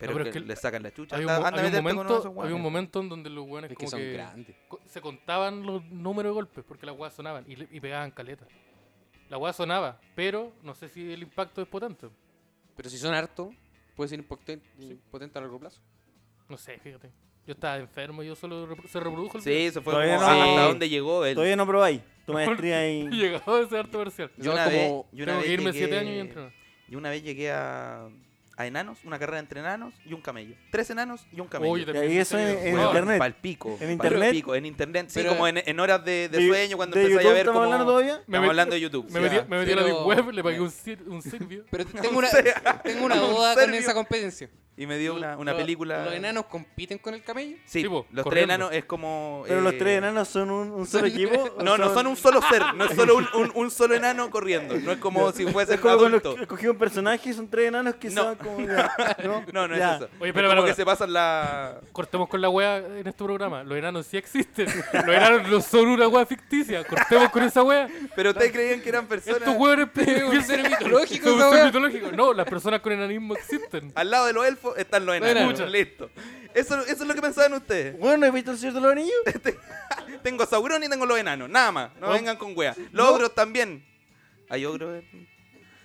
Pero,
pero
que
es que
le sacan la chucha.
Había un,
Anda-
mo-
anda a
había un
meterte con uno de
momento,
esos
había un
hueones.
momento en donde los hueones
Es que
como
son
que
grandes.
co- se contaban los números de golpes porque las guas sonaban y, le- y pegaban caleta. La guas sonaba, pero no sé si el impacto es potente.
Pero si son harto, puede ser impotente, impotente a largo plazo.
No sé, fíjate. Yo estaba enfermo, yo solo repro- se reprodujo el
Sí, eso fue
Todavía
como
no.
hasta
Sí.
dónde llegó él.
Todavía no probáis. Tu maestría
video.
ahí.
Llegado de ese arte marcial.
Yo
Eso
una
es
vez,
como-
yo una
Tengo
vez
que irme
llegué,
siete años y entrenar.
yo una vez llegué a, a enanos, una carrera entre enanos y un camello. Tres enanos y un camello.
Oye,
Hueón,
también
ahí eso
tenía-
en
Weón,
internet.
palpico,
¿En
palpico,
internet?
en internet, sí,
Pero-
como en, en horas de, de
¿De-
sueño cuando
de
empezáis a
YouTube
ver
estamos
como...
hablando todavía?
Me
Estamos
metí-
hablando de YouTube.
Me
sí.
metí, me metí a la
pero-
deep web, le pagué un, sir- un servio.
Pero tengo una, tengo una duda con
serio?
esa competencia.
Y me dio una, una
Lo-
película...
¿Los enanos compiten con el camello?
Sí,
Sí, po,
los tres
corriendo.
enanos es como...
Pero los
eh,
tres enanos son un, un solo equipo. ¿o
No, no son un solo ser, no es solo un, un- un solo enano corriendo, no es como si fuese
Es
un
como cuando
adulto.
escogí un personaje y son tres enanos que
No.
se van como. ya, no,
No, no
Ya.
es eso.
Oye,
Es
pero,
como
pero,
que
pero.
se pasan la...
Cortemos con la wea en este programa. Los enanos sí existen. Los enanos no son una wea ficticia. Cortemos con esa wea.
Pero ustedes creían que eran personas...
Estos hueones
Es un ser mitológico,
Es un
esa
ser
wea.
mitológico. No, las personas con enanismo existen.
Al lado de los elfos están los enanos.
enanos.
Listo. Eso, eso es lo que pensaban ustedes.
Bueno, ¿has visto el Señor de los Anillos?
Tengo Sauron y tengo los enanos. Nada más. No
No.
vengan con weas. Los ogros también. Hay ogros eh,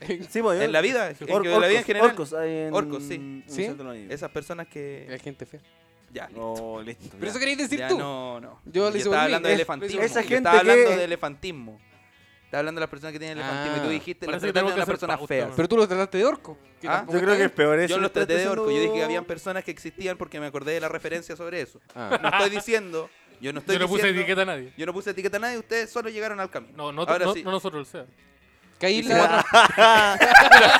en,
Sí, pues,
en la vida. En,
Or-
que- en la vida en
orcos,
general.
Orcos, hay en,
Orcos, sí.
en
¿Sí?
Señor de los Anillos.
Esas personas que.
Es gente fea.
Ya.
Oh,
No, listo.
Pero
ya.
eso querías decir
ya
tú.
no, no.
Yo le hice
estaba
volví.
hablando de
Es-
elefantismo.
esa
Yo
gente
estaba hablando
que-
de elefantismo. Está hablando de las personas que tienen
Ah.
elefantismo. y tú dijiste, las
Parece que
trataste de
tenemos que
una
hacer
persona
pauta,
fea.
weón.
Pero tú los trataste de orco. que
Ah,
tampoco
Yo creo
está
que es
bien.
peor eso.
Yo
que
los
estar
traté de orco. Yo dije que
haciendo-
habían personas que existían porque me acordé de la referencia sobre eso.
Ah.
No estoy diciendo. Yo no estoy
Yo no puse
diciendo-
etiqueta a nadie.
Yo no puse etiqueta a nadie. Ustedes solo llegaron al camino.
No, no,
Ahora
no,
sí.
no nosotros, el SEA.
Que ahí la-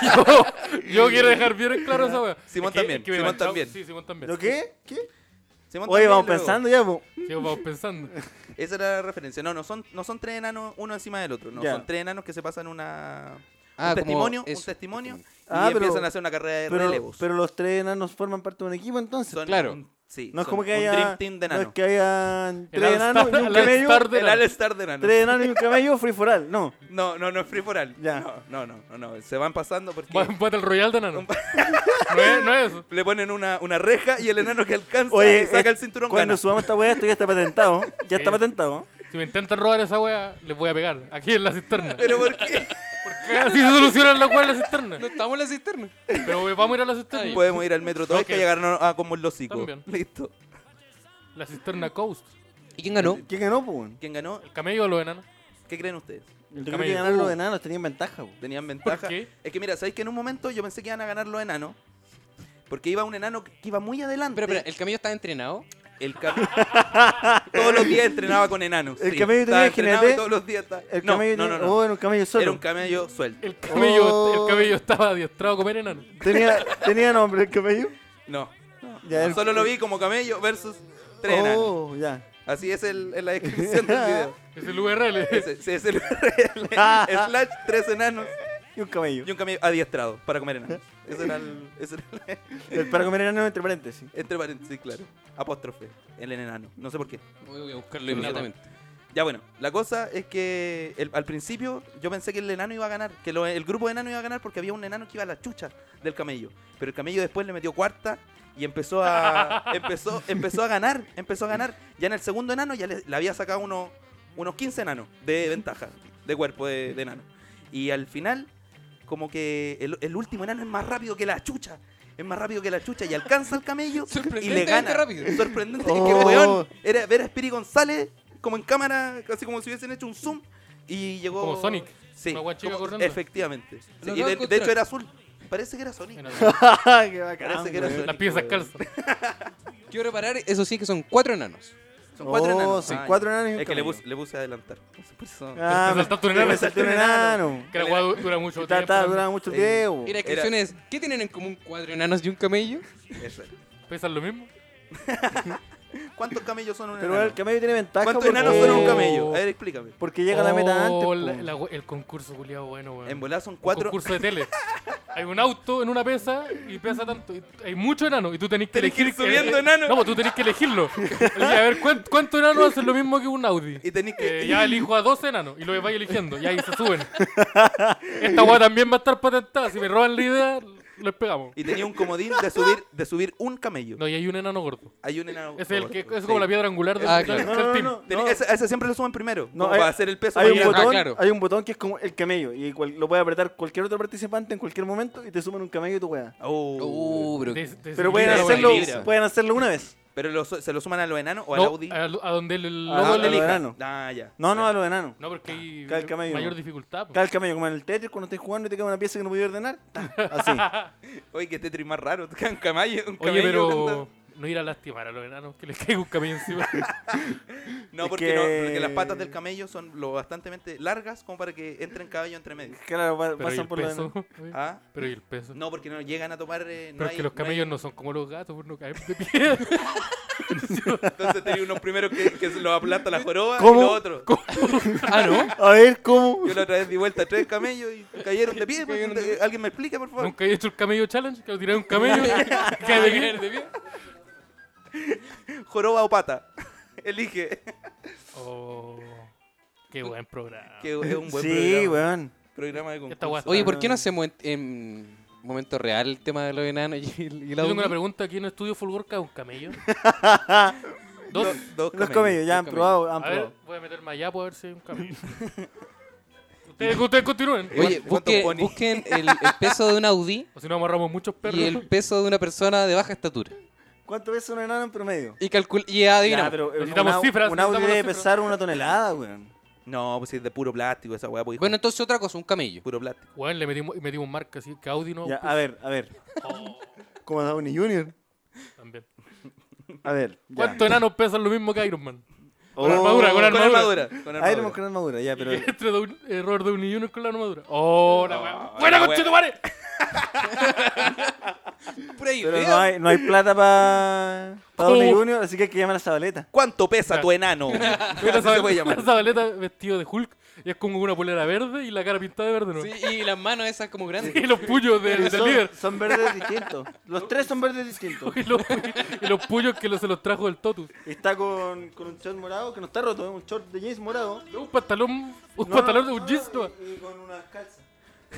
yo, yo quiero dejar bien claro esa weá.
Simón también,
me
Simón
manchaba-
también.
Sí, Simón también.
¿Lo qué? ¿Qué?
Simón
Oye,
también,
vamos
luego.
pensando ya, po.
Sí, vamos pensando.
Esa era la referencia. No, no son, no son tres enanos uno encima del otro. No,
Ya.
son tres enanos que se pasan una. un
Ah, como
testimonio, un
eso.
testimonio, y
Ah, pero-
empiezan a hacer una carrera de
Pero,
relevos.
pero los tres enanos forman parte de un equipo, entonces.
Son
Claro.
un- sí,
no es
son
como que
un
haya.
Dream Team de
no
enanos.
es que haya tres
All-Star-
enanos y un
el
camello.
All-Star de-
El All-Star de enanos.
Tres enanos y un camello, free for all. No.
No, no, no es free for all.
Ya.
No, no, no, no, no. Se van pasando porque
Va- Battle Royale de enano. no, es, no es eso.
le ponen una, una reja y el enano que alcanza
Oye,
y saca
eh,
el cinturón
Cuando
gana.
subamos esta weá, esto ya está patentado. Ya está patentado.
Si me intentan robar esa weá, les voy a pegar. Aquí en la cisterna.
Pero ¿por qué?
Porque así se solucionan las weas en la cisterna.
No estamos en la cisterna.
Pero eh, vamos a ir a la cisterna.
Podemos ir al metro todo
Ok.
y llegarnos a como el hocico.
También.
Listo.
La cisterna Coast.
¿Y quién ganó?
¿Quién ganó, po? weón?
¿Quién ganó?
¿El camello o los enanos?
¿Qué creen ustedes?
Yo creo que
camello.
ganaron los enanos, tenían ventaja, po.
Tenían ventaja.
qué?
Es que mira, ¿sabéis que en un momento yo pensé que iban a ganar los enanos? Porque iba un enano que iba muy adelante.
Pero, espera,
eh.
¿el camello estaba entrenado?
El cam- todos los días entrenaba con enanos.
El
sí.
camello
Estaba
tenía
entrenado
jinete.
y todos los días. estaba-
El
no,
camello
no, no,
tenía-
no.
Oh, era un camello solo.
Era un camello suelto.
El camello,
Oh.
el camello estaba adiestrado a comer enano.
¿Tenía, ¿Tenía nombre el camello?
No.
Ya, el-
Solo lo vi como camello versus tres enanos.
Oh, ya.
Así es el, en la descripción del video.
Es el URL.
Ese, sí, es el URL, slash tres enanos
Y un camello.
y un camello adiestrado para comer enanos. Ese era el, ese era el-
El para comer enanos entre paréntesis.
entre paréntesis, claro. Apóstrofe, el enano. No sé por qué.
Voy a buscarlo inmediatamente.
Ya bueno, la cosa es que el- al principio yo pensé que el enano iba a ganar, que lo- el grupo de enano iba a ganar porque había un enano que iba a la chucha del camello, pero el camello después le metió cuarta y empezó a empezó empezó a ganar, empezó a ganar. Ya en el segundo enano ya le, le había sacado uno- unos 15 enanos de ventaja de cuerpo de, de enano. Y al final como que el, el último enano es más rápido que la chucha. Es más rápido que la chucha y alcanza al camello y le
Sorprendentemente
gana.
rápido.
Sorprendente.
Oh.
Es que, weón, era ver a Spiri González como en cámara, casi como si hubiesen hecho un zoom y llegó.
Como Sonic.
Sí.
Una guachica
como-
corriendo.
efectivamente. Sí,
Lo
y de,
loco,
de hecho
tra-
era azul. Parece que era Sonic.
Mira,
Qué bacán,
Parece que era
weón.
suerte.
Las piezas calzan.
Quiero reparar, eso sí, que son cuatro enanos.
Son cuatro
Oh,
enanos.
son
Ah,
cuatro
ya.
enanos y un
Es que le
camello.
puse, le puse a adelantar. Por eso-
Ah,
Te saltaste Pues un enano.
me salté un enano.
Que la weá du- dura mucho
Está,
tiempo.
está, duraba mucho tiempo.
Y la descripción es, ¿qué tienen en común cuatro enanos y un camello?
Eso.
¿Pesan lo mismo?
¿Cuántos camellos son un
Pero
enano?
el camello tiene ventaja.
¿Cuántos
porque-
enanos son un
Oh.
camello? A ver, explícame.
Porque llega a la meta antes.
Oh,
po.
la- la we- el concurso culiado bueno, weón.
En volar son cuatro.
Concurso de tele. Hay un auto en una pesa y pesa tanto. y hay mucho enano y tú tenés que
Tenés que
elegir.
ir subiendo enano.
No, pues tú tenés que elegirlo. Elegí, a ver, ¿cuánto, cuánto enano hacen lo mismo que un Audi?
Y tenés que-
Eh, ya elijo a 12 enanos y lo vais eligiendo y ahí se suben. Esta weá también va a estar patentada. Si me roban la idea, les pegamos.
Y tenía un comodín de subir, de subir un camello.
No, y hay un enano gordo.
Hay un enano.
Es, el que, es
Sí.
como la piedra angular del,
Ah,
del-
claro.
No,
del
no, no,
team.
no,
Tenía-
no.
esa- esa siempre lo suben primero.
No,
como
hay-
para hacer el peso.
Hay un,
mañana.
botón,
Ah, claro.
hay un botón que es como el camello y cual- lo puede apretar cualquier otro participante en cualquier momento y te suman un camello y tu weá.
Oh.
Uh, bro.
Des- des-
Pero pueden
libra,
hacerlo,
weón.
libra.
pueden hacerlo una vez.
Pero lo su- se lo suman a los enanos o al
No,
Audi.
a, a donde el
Ah, eh,
logo
no,
Ah,
al
le
elija.
enano.
Ah, ya.
No, no, a los enanos.
No, porque hay
Cada camello.
mayor dificultad. po.
Cada camello, como en el Tetris, cuando estés jugando y te cae una pieza que no podías ordenar. ta, Así.
Oye, que Tetris más raro. toca Un camello. Un
Oye,
camello
pero
andando.
no ir a lastimar a los enanos, que les caiga un camello encima.
No,
Es
porque
que-
no. Porque las patas del camello son lo bastante largas como para que entren caballo entre medio.
Claro, pa-
Pero ¿y
pasan
el
por los
peso?
enanos.
Ah.
Pero ¿y el peso?
No, porque no llegan a tomar. eh, no
Pero es
hay-
que los
no hay-
camellos no son como los gatos, pues, no caen de pie.
Entonces tenía unos primeros que, que se los aplasta la joroba
¿Cómo?
y los otros.
Ah, ¿no?
A ver, ¿cómo?
Yo la otra vez di vuelta a tres camellos y cayeron de pie. pues,
Cayeron de pie.
¿Alguien me explica, por favor?
Nunca he hecho el camello challenge, que lo tiré un camello y cae de pie.
Joroba o pata. Elige.
Oh, qué buen programa.
Que es un buen
sí,
programa.
weón.
Programa de concurso.
Esta guasta.
Oye, ¿por qué no hacemos en, en momento real el tema de los enanos y, el- y
Yo
la
tengo
Audi?
una pregunta, ¿quién estudio Fulgor cae un camello? Dos.
Dos, dos
Los camellos, ya han
camellos.
probado, han
A ver,
probado.
voy a meterme allá para ver si hay un camello. ustedes, ustedes continúen.
Oye,
¿Cuántos
busque-
ponis?
busquen el, el peso de un Audi
O si no amarramos muchos perros.
y el peso de una persona de baja estatura.
¿Cuánto pesa un enano en promedio?
Y calcul y adivina.
Ya, pero eh,
Necesitamos
un au-
cifras,
un Audi debe
necesitamos las cifras.
pesar una tonelada, weón.
No, pues si es de puro plástico esa weá, pues hijo,
Bueno, entonces otra cosa, un camello.
puro plástico.
Weón, le metimos, metimos marca así, que Audi no. pues.
Ya, a ver, a ver.
Oh,
Como Downey Jr.
también.
A ver. ya.
¿Cuántos enanos pesan lo mismo que Iron Man?
Oh.
Con armadura, con
Con
armadura.
armadura. Con
Iron Man
armadura.
con armadura, ya, pero.
Y entre Down- eh, Robert Downey Jr. con la armadura. ¡Oh, la weá!
Oh,
¡Buena,
la
conchetumare!
Pura
Pero
idea.
no hay, no hay plata para pa Downey
Oh.
Jr., así que hay que llamar a Zabaleta.
¿Cuánto pesa tu enano?
Mira,
Así se puede
Zabaleta,
llamar.
Zabaleta vestido de Hulk y es como una polera verde y la cara pintada de verde, ¿no?
Sí, y las manos esas como grandes.
Y los puños de- del líder.
Son, son verdes distintos. Los tres son verdes distintos.
Y los, pu- y los puños que lo- se los trajo del Totus.
Y Está con, con un short morado que no está roto, es un short de jeans morado.
Un pantalón, un
No,
pantalón
no,
de un
no,
jeans, ¿no?
Y, y con unas calzas.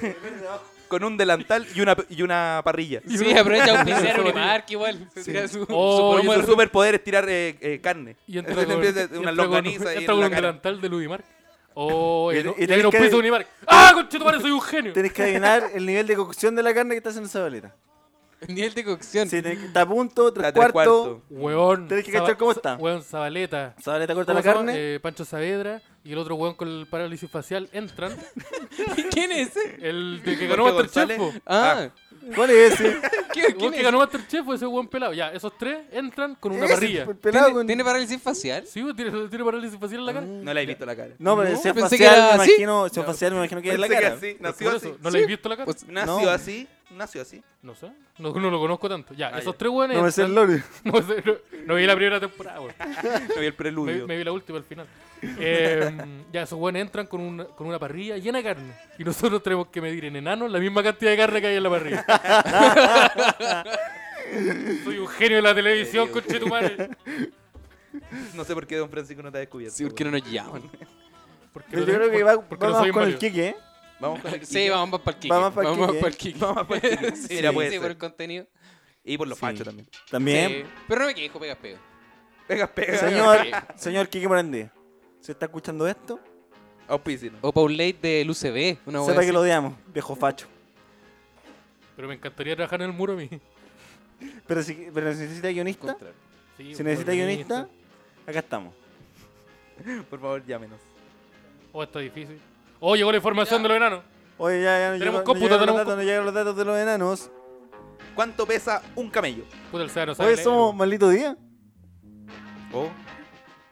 de verde abajo.
Con un delantal y una, y una parrilla.
Sí, aprovecha a auspiciar Unimark igual. Se tira su,
Oh,
su
Oye,
promo
su superpoder es tirar eh, eh, carne.
Y entra
Entonces
con,
empieza
y entra
una
con-
longaniza y
entra
en
con
la
un
cara.
delantal de Ludimark. Oh,
Y-
y,
y
no- y
tenés
ahí nos
que-
pisa Unimark. ¡Ah, conchetumare, soy un genio!
Tienes que adivinar el nivel de cocción de la carne que está haciendo Zabaleta.
nivel de cocción.
Si tenés que- está a punto, tres
Está tres
cuartos.
cuartos.
Weón.
Tenés que
Zaba-
cachar cómo
Za-
está.
Weón, Zabaleta.
Zabaleta corta
¿Cómo
la
se llama?
carne.
Eh, Pancho Saavedra y el otro weón con el parálisis facial entran.
¿Quién es ese?
El de que ganó
Jorge
Masterchef.
González.
po.
Ah,
¿Cuál es ese?
¿qué-
El
¿quién
weón que
es?
ganó Masterchef fue ese weón pelado. Ya, esos tres entran con una
Ese,
parrilla.
el pelado
¿Tiene,
con-
¿Tiene parálisis facial?
Sí, weón, tiene, tiene parálisis facial en la cara.
No le he visto la cara.
No, pero
No,
si es
pensé que
facial,
era
me
así.
imagino, si es facial, me imagino que es la
Pensé que
cara.
así,
Pero
nació
por
así.
eso, ¿No le habéis visto la cara?
Pues,
Nació
No.
así, nació así.
No sé. No, no lo conozco tanto. Ya,
Ah,
esos
ya.
tres weones.
No me sé el lore.
No, sé, no- no vi la primera temporada, weón.
Me vi
Me,
el preludio.
me vi la última al final. Eh, ya, esos weones entran con una, con una parrilla llena de carne. Y nosotros tenemos que medir en enanos la misma cantidad de carne que hay en la parrilla. Soy un genio de la televisión, coche tu madre.
No sé por qué Don Francisco no te ha descubierto.
Sí, ¿por qué no nos llaman?
Porque
Pero
no
yo creo
tengo-
que va,
porque no
vamos
soy
con el
Mario.
Kike, ¿eh?
weón. Vamos con el
Sí, vamos para el Kike.
Vamos pa'l Quique.
pa'l Quique.
Vamos para el Kike.
Sí,
Mira, puede
sí,
ser.
por el contenido.
Y por los
Sí.
panchos también.
También.
Sí. Pero no me quejo, pegas pega.
Pegas, pegas.
Señor, señor Kike Morandé, si está escuchando esto,
Auspícenos.
O Paulate del UCB. Una
sepa
wea
que lo odiamos, viejo facho.
Pero me encantaría trabajar en el muro a mí.
Pero si, pero si necesita
así.
guionista,
Contra.
Sí,
si necesita
por mí,
guionista,
esto-
acá estamos.
Por favor, llámenos.
Oh, está difícil. Oh, llegó la información de los enanos.
Oye, ya, ya no,
Tenemos
llegó- no
cómputo,
llegaron los
tenemos
datos, no llegaron los datos de los enanos.
¿Cuánto pesa un camello?
Puta, el Seba no sabe
Oye,
leer,
somos
weón.
maldito día.
Oh,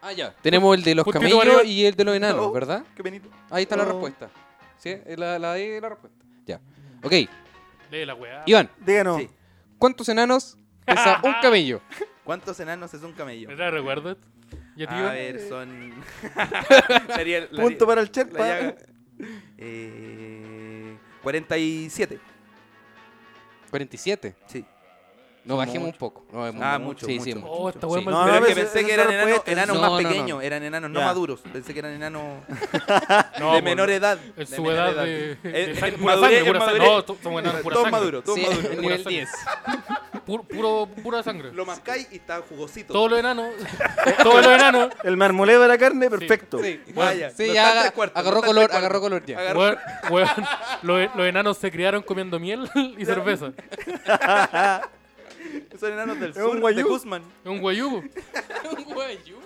Ah, ya. Oh. Tenemos el de los
Puntito
camellos
arriba.
y el de los enanos,
No.
¿verdad?
qué bonito.
Ahí está la
No.
respuesta. ¿Sí? eh, La, la, ahí la respuesta. Ya. Ok,
Lee la weá.
Iván,
Díganos.
Sí.
¿cuántos enanos pesa un camello?
¿Cuántos enanos es un camello?
¿Me trae recuerdos? ¿Y a ti,
A
Iván?
ver, son. La haría- la haría-
Punto para el
la
Sherpa.
llaga. Eh, 47.
47.
Sí.
No, bajemos un poco. No, es
Ah, mucho,
mucho. Sí,
mucho,
sí,
mucho.
mucho.
Oh, esta weá
Sí.
es
No,
mal-
Pero
no,
es que
pero
pensé
esa-
que
esa
eran enanos,
respuesta es-
enanos
No,
más
no, no.
pequeños, eran enanos no
Ya.
maduros. Pensé que eran enanos
No,
de
weón.
menor edad. Eh,
En
de
su
menor
edad de. de
En-
sang-
en
pura
madurez,
sangre,
en
pura sangre.
madurez.
No, to- somos enanos pura
Todos
sangre.
maduros, todos
Sí,
maduros.
el
pura
nivel
sangre.
10.
Puro, puro, pura sangre.
Lo mascáis y está jugosito.
Todos los enanos. Todos los enanos.
El marmoleo de la carne, perfecto.
Sí,
Vaya,
sí,
no está
ya
en tres
aga-
cuartos,
agarró
no está en
color,
tres
agarró
cuartos.
color ya.
Agarró-
Weón, weón, los, los enanos se criaron comiendo miel y cerveza.
Son enanos del
Es un
sur, de
guayú.
Guzmán.
Es un guayubo.
Un guayú.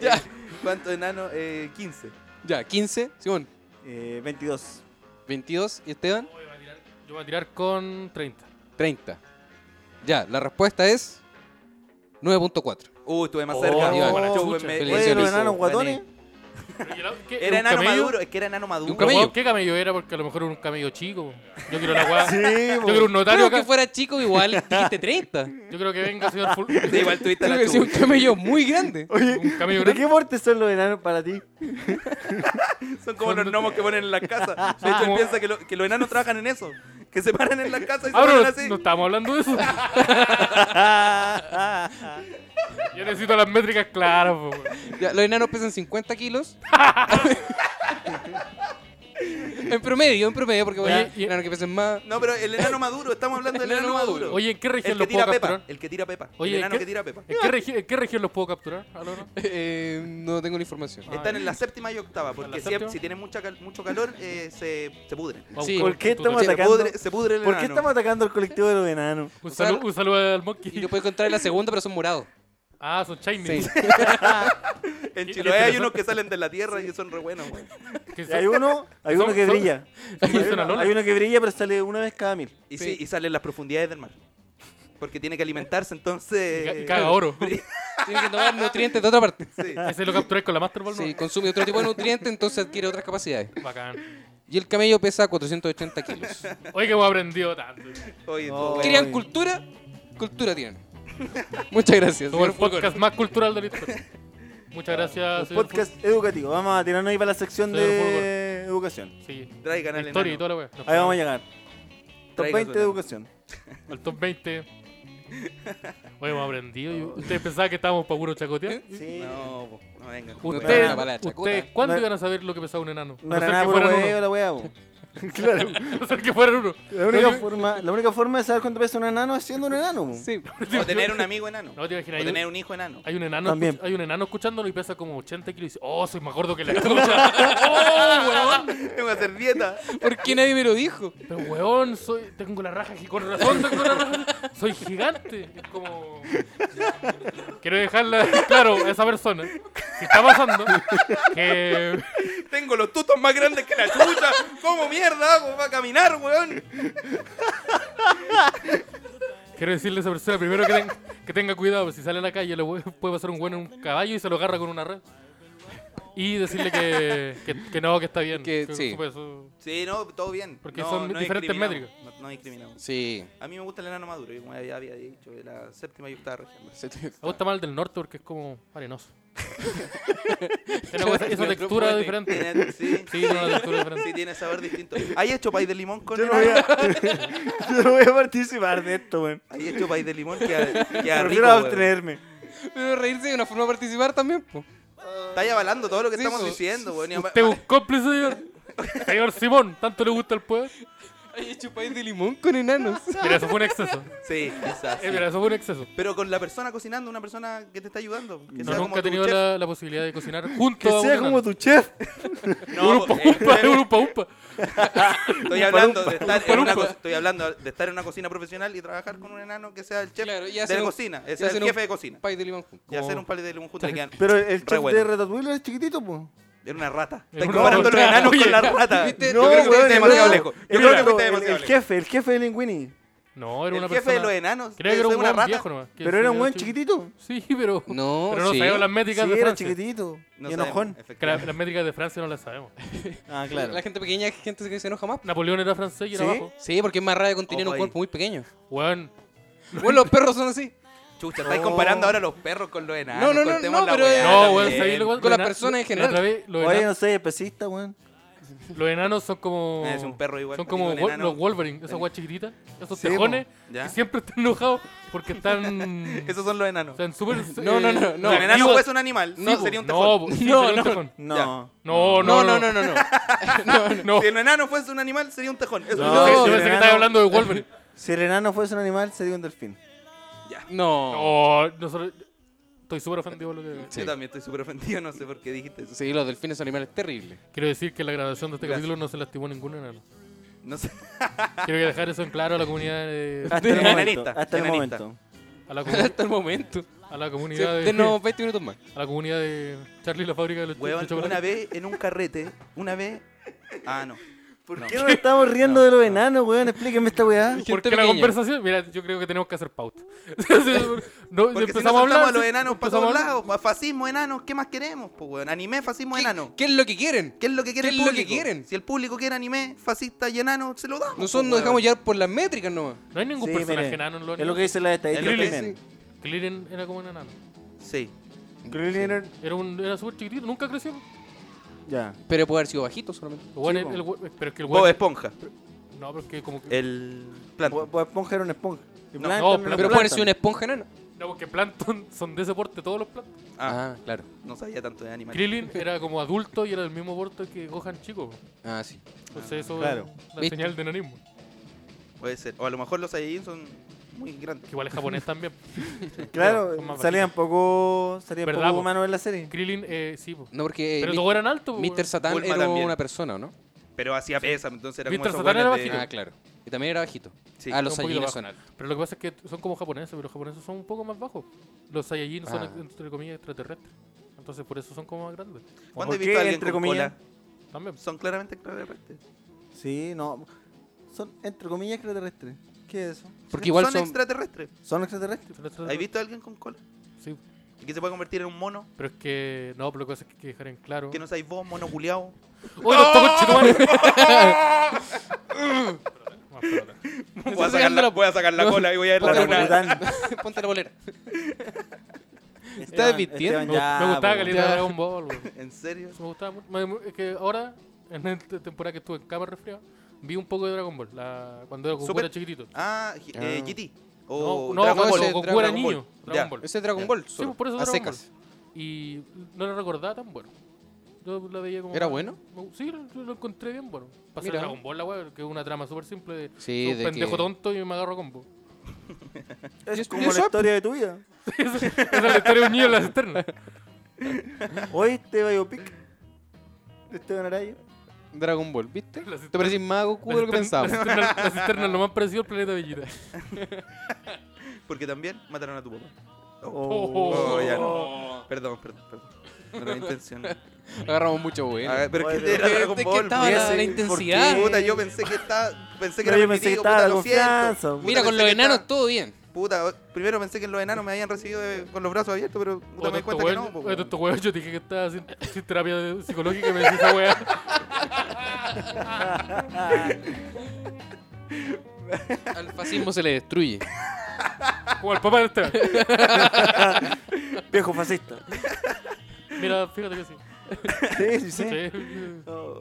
Ya. ¿Cuántos enanos? Eh, 15.
Ya, 15, Simón,
Eh, 22.
22 y Esteban,
Yo voy a tirar con 30.
30. Ya, la respuesta es 9.4.
Uy, Uh, estuve más
Oh,
cerca.
Iván,
Chupa,
chucha.
me-
Feliz
Oye,
servicio,
los enanos guatones.
gané.
Pero, ¿y el- qué?
Era
eh? un
enano
camello?
maduro, es que era enano maduro.
camello?
Weón, ¿Qué camello era? Porque a lo mejor era un camello chico. Yo quiero la weá.
Sí,
Yo
po.
quiero un notario
Creo
acá.
que fuera chico igual, dijiste 30.
Yo creo que venga, señor Ful...
Sí, igual tuviste
Creo
la
que es un
chupa.
camello muy grande.
Un camello
¿De
grande.
qué porte son los enanos para ti?
Son como los gnomos que ponen en las casas. De hecho, él
Como-
piensa que, lo- que los enanos trabajan en eso. Que se paran en las casas y se
Ahora
ponen
Ah, no,
así.
no estamos hablando de eso. Yo necesito las métricas claras, po, weón.
Ya, los enanos pesan 50 kilos. en promedio, en promedio, porque voy
Oye,
a
y-
enanos que pesen más.
No, pero el enano maduro, estamos hablando del
El
enano
enano
maduro.
maduro.
Oye, ¿en qué región
el que
los
tira
puedo
pepa,
capturar?
el que tira pepa.
Oye,
el
¿en
enano
qué-
que tira pepa.
¿En qué, regi- en qué región los puedo capturar? ¿Aló, no?
Eh, no tengo la información.
Ah,
Están en la séptima y octava, porque si,
séptima?
si tienen mucha cal- mucho calor, eh, se, se pudren.
Vamos
Sí.
con-
¿Por qué
con tu
estamos
tachera.
Se
atacando?
pudre, se pudre el
¿Por qué
enano.
estamos atacando al colectivo de los enanos?
Un saludo, un saludo al
Y
monkey.
lo puedes encontrar en la segunda, pero son morados.
Ah, son Chinese.
Sí.
En
Qué
Chiloé hay
interesante.
unos que salen de la tierra y son re buenos, güey.
Que son-
Hay uno, hay uno
son-
que
son-
brilla.
son
Hay
una
uno,
lola.
hay uno que brilla, pero sale una vez cada mil.
Y
Sí.
sí, y salen las profundidades del mar. Porque tiene que alimentarse,
Y ca- y
entonces.
caga oro.
Tiene que tomar nutrientes de otra parte.
Sí.
Ese lo capturé con la Masterball. ¿no?
Sí, consume otro tipo de nutrientes, entonces adquiere otras capacidades.
Bacán.
Y el camello pesa 480 kilos.
Oye, que hemos aprendido tanto.
Oye,
No.
tú, güey.
¿Querían cultura? Cultura tienen. Muchas gracias.
Somos el
señor Fulgor.
podcast más cultural de la historia. Muchas gracias.
Un
señor
podcast educativo. Vamos a tirarnos ahí para la sección
Señor
de educación.
Ful- Sí.
Traigan al
Historia y
enano.
toda la wea. No,
Ahí vamos a llegar. Top
Traiga
20
su
de
enano.
educación.
El top 20. Oye, hemos aprendido. y- ¿Ustedes pensaban que estábamos para puro chacotear?
Sí.
No, po, no vengan.
era
¿Ustedes,
nada para la chacota.
ustedes cuándo
No-
iban a saber lo que pesaba un enano?
No
A
era
ser
nada pues,
que
por
fueran uno.
huevo la weá, po. Claro.
A no ser que fueran uno.
La
No,
única,
yo-
forma, la única forma de saber cuánto pesa un enano es siendo un enano. po.
Sí.
O tener un amigo enano.
No, te imaginas,
o
hay
tener
un-
un hijo enano.
Hay un enano,
También.
escuch- hay un enano escuchándolo y pesa como 80 kilos y dice, oh, soy más gordo que la chucha. oh, weón.
Tengo que hacer dieta.
¿Por qué nadie me lo dijo?
Pero weón, soy, tengo la raja, gi- con razón tengo la raja. Soy gigante. Es como... Quiero dejarla claro a esa persona. Si está pasando, que...
Tengo los tutos más grandes que la chucha. ¿Cómo mierda hago para caminar, weón?
Quiero decirle a esa persona primero que, ten- que tenga cuidado, pues, si sale a la calle le puede puede pasar un weón en un caballo y se lo agarra con una red. Y decirle que, que, que no, que está bien.
Que sí.
su peso-
Sí, no, todo bien.
Porque
No,
son
no
diferentes
discriminamos. No, no discriminamos.
Sí.
A mí me gusta el enano maduro, yo como ya había dicho, de la séptima y octava región.
Me gusta más el del norte porque es como arenoso. Tiene como esa, esa
Claro,
textura
fuerte.
diferente.
Tiene- Sí,
Sí, tiene una textura
sí,
diferente.
tiene sabor distinto. ¿Hay hecho pay de limón con
Yo no,
enano?
voy a, yo no voy a participar de esto, weón.
Hay hecho pay de limón que a, que a rico,
Prefiero
weón.
abstenerme.
Pero reírse es una forma de participar también, po.
Estáis avalando todo lo que
Sí,
estamos
po.
diciendo, weón. y ama-
Te un cómplice, señor. Señor Simón, tanto le gusta el poder.
Hay hecho país de limón con enanos.
Mira, eso fue un exceso.
Sí,
Eh,
quizás. sí.
mira, eso fue un exceso.
Pero con la persona cocinando, una persona que te está ayudando. Que
No,
sea como
nunca he
tu
tenido
chef.
la, la posibilidad de cocinar junto
Que
a un
sea como
enano.
tu chef.
No,
Un upa,
eh,
upa, un upa, upa.
Estoy hablando, de estar en una
palumpa.
co- estoy hablando de estar en una cocina profesional y trabajar con un enano que sea el chef
Claro, y
de
hacen
la
un-
cocina,
y
es el
hacen un
jefe de cocina.
País de limón.
Y hacer
Oh.
un palito de limón juntos le quedan.
Pero el
Re
chef
bueno.
de Ratatouille es chiquitito, po.
Era una rata.
Era
Estoy
una
comparando los
rata.
enanos
Oye,
con la rata. Yo
¿viste? No,
creo que
weón,
fuiste demasiado
no.
lejos. Yo
El
creo que
otro,
fuiste
el-
demasiado
El
lejos.
jefe, el jefe de Linguini.
No, era
El
una
jefe
persona...
de los enanos.
Creo que era
Soy
un
una
buen
rata.
viejo nomás. que
Pero era un
sí,
buen
sí.
chiquitito.
Sí, pero...
No,
pero no
sí.
sabemos las
Sí,
métricas de
era
Francia.
chiquitito.
No
y
sabemos,
enojón.
Que la-
efectivamente.
las métricas de Francia no las sabemos.
Ah, claro.
La gente pequeña es gente que se enoja más. po.
Napoleón era francés y era
¿Sí?
bajo.
Sí, porque es más raro contener
Ojo
un
ahí.
cuerpo muy pequeño.
Weón,
Bueno, los perros son así.
Chucha, estáis comparando ahora los perros con los enanos.
No, no, no,
cortemos
no,
la
pero-
weá
Ah,
No,
también.
weón, ¿sabéis lo que-
Con
los
las
enan-
personas en
la
general.
otra vez, los,
Oye,
enan-
no soy especista, weón.
los enanos son como.
Es un perro igual,
Son
tiene
como
un
Wol-
enano.
los Wolverine, esas guas chiquititas, esos
Sí,
tejones
Ya.
que siempre están enojados porque están.
Esos son los enanos.
Están súper.
No, no, no,
eh,
no.
Si un enano
amigos.
fuese un animal,
Sí,
no,
po.
sería un
No,
tejón.
po, sí,
No,
sería un
no.
tejón.
No.
No,
Oh, No,
no,
no, no, no. no.
no.
Si el enano fuese un animal, sería un tejón. Eso
No,
es
Yo
lo
el
pensé
que-
que
enano-
estabas hablando de Wolverine.
Si el enano fuese un animal, sería un delfín.
No.
No, nosotros. Estoy súper ofendido por lo que.
Sí.
Yo también estoy súper ofendido, no sé por qué dijiste eso.
Sí, los delfines son animales terribles.
Quiero decir que en la grabación de este
Gracias.
capítulo no se lastimó ningún enano.
No sé.
Quiero dejar eso en claro a la comunidad. eh,
Hasta el momento.
enanita,
Hasta el
enanita.
momento.
a, la comu-
Hasta el momento.
a la
Sí,
comunidad. De,
Denos 20 minutos más.
a la comunidad de Charlie y la fábrica de los
Weón,
chocolates.
una vez en un carrete, una vez. Ah, no.
¿Por
No.
qué nos estamos riendo de los enanos, weón? Explíqueme esta weá.
Gente
Porque la
pequeña.
conversación, mira, yo creo que tenemos que hacer pauta. No,
Porque si
empezamos
no
a
soltamos
hablar.
a los
sí,
enanos para
empezamos
todos
a hablar.
lados, pa- fascismo, enanos, ¿qué más queremos? Pues, weón? Anime, fascismo,
¿Qué-
enano.
¿Qué es lo que quieren?
¿Qué es lo que quiere
¿Qué
el
es lo que
público?
quieren?
Si el público quiere anime, fascista y enano, se lo damos.
Nosotros
po,
nos dejamos
weón.
llevar por las métricas nomás.
No hay ningún
Sí,
personaje
mire,
enano en los
Es lo que dicen las estadísticas
Krillin.
también.
Krillin era como un enano.
Sí.
Krillin era-
Era, un- era súper chiquitito, nunca creció.
Ya.
Pero puede haber sido bajito solamente.
El weón
Sí,
es-
po.
el weón- pero es que el
Bob
weón.
Esponja,
No, pero es que como que.
el planta.
Bo- Bob Esponja era una esponja. Y
No,
Plankton
no,
era
pero
Pero puede haber sido una
Plankton.
esponja enana.
No, porque Plankton son de ese porte todos los Plankton.
Ah,
Ah, claro.
no sabía tanto de anime.
Krillin era como adulto y era del mismo porte que Gohan chico. po.
Ah, sí.
Entonces eso
Claro.
es la
¿Viste?
señal de enanismo.
Puede ser. O a lo mejor los Saiyajin son muy grandes.
Que igual es japonés también. son
Claro,
más
salían poco, salían
¿Verdad,
poco
po?
humanos en la serie.
Krillin, eh, sí, po.
No, porque
Pero
Mi-
todos eran altos, po,
Mr.
weón.
Satan
Bulma
era
también.
una persona, ¿no?
Pero hacía pesa, entonces era como
Mr.
esos
Satan era
weones de-
bajito.
Ah, claro. Y también era bajito.
Sí.
ah, los
un poquito
Saiyajines
bajo.
son altos.
Pero lo que pasa es que son como japoneses, pero los japoneses son un poco más bajos. Los Saiyajins
Ah.
son, entre comillas, extraterrestres. Entonces, por eso son como más grandes.
¿Cuándo he
¿Por
visto
qué,
a alguien
entre
con
comillas?
cola?
También.
Son claramente extraterrestres.
Sí, no. Son, entre comillas, extraterrestres. ¿Qué es eso?
Porque igual
son,
son...
extraterrestres.
¿Son extraterrestres?
son extraterrestres.
¿Has visto a alguien con cola?
Sí.
¿Y que se puede convertir en un mono?
Pero es que. No, pero lo que pasa es que hay que dejar en claro.
Que no sabéis vos, mono culiao.
¡Uy, no está conchetumare! Más pelota.
Voy a sacar la, voy a sacar la cola y voy a ver la
Hola,
luna.
Bogotá. Ponte la bolera.
Esteban-
vistiendo.
Esteban,
Me,
ya,
me gustaba
po.
Caleta
Ya.
Dragon Ball, weón.
¿En serio?
Me gustaba mucho. Me- me- Es que ahora, en esta temporada que estuve en cama resfriado, vi un poco de Dragon Ball. la- cuando era Goku
Super-
era chiquitito.
Ah, gi- eh,
Ah.
GT.
No,
O
no,
Dragon
Ball,
cuando
ese
Ball.
Goku
Oh, Dragon
era
Ball.
niño. Dragon
Ya.
Ball.
Ese es Dragon Ball. solo,
Sí, por eso
a
Dragon
secas.
Ball. Y no lo recordaba tan bueno. Yo lo veía como.
¿Era bueno?
Me- Sí, lo, lo encontré bien bueno. Pasé
Mira.
Dragon Ball, la weá, que es una trama súper simple de.
Sí,
soy un
de
pendejo
que-
tonto y me agarro a combo.
Yo-
Es como
yo
la
soy-
historia de tu vida.
Esa esa es la historia de un niño en la cisterna.
Hoy este biopic de Esteban Araya.
Dragon Ball, ¿viste?
La cisterna-
Te parecís más Goku de lo que
La cisterna-
pensaba.
La cisterna, la cisterna es lo más parecido al planeta Vegeta.
Porque también mataron a tu papá.
Oh.
Oh, ya no. Perdón, perdón, perdón. No era mi intención.
Agarramos mucho bueno.
Ah, pero es que
Oye,
era
pero-
Dragon
es que
Ball.
estaba
pues.
la- la
Ese-
intensidad.
Puta, yo pensé que estaba. Pensé que
Pero
era
yo pensé que estaba
permitido,
la
puta, lo siento.
confianza,
Puta,
Mira, con
pensé
los
que
enanos
estaba-
todo bien.
Puta, primero pensé que los enanos me habían recibido de- con los brazos abiertos, pero puta, me di cuenta que no. po,
Oye,
weón.
tonto weón, yo te dije que estaba sin, sin terapia de- psicológica y me decís esa weá.
Al fascismo se le destruye.
Como el papá de Esteban.
Viejo fascista.
Mira, fíjate que sí.
Sí, sí, sí.
Sí.
Oh.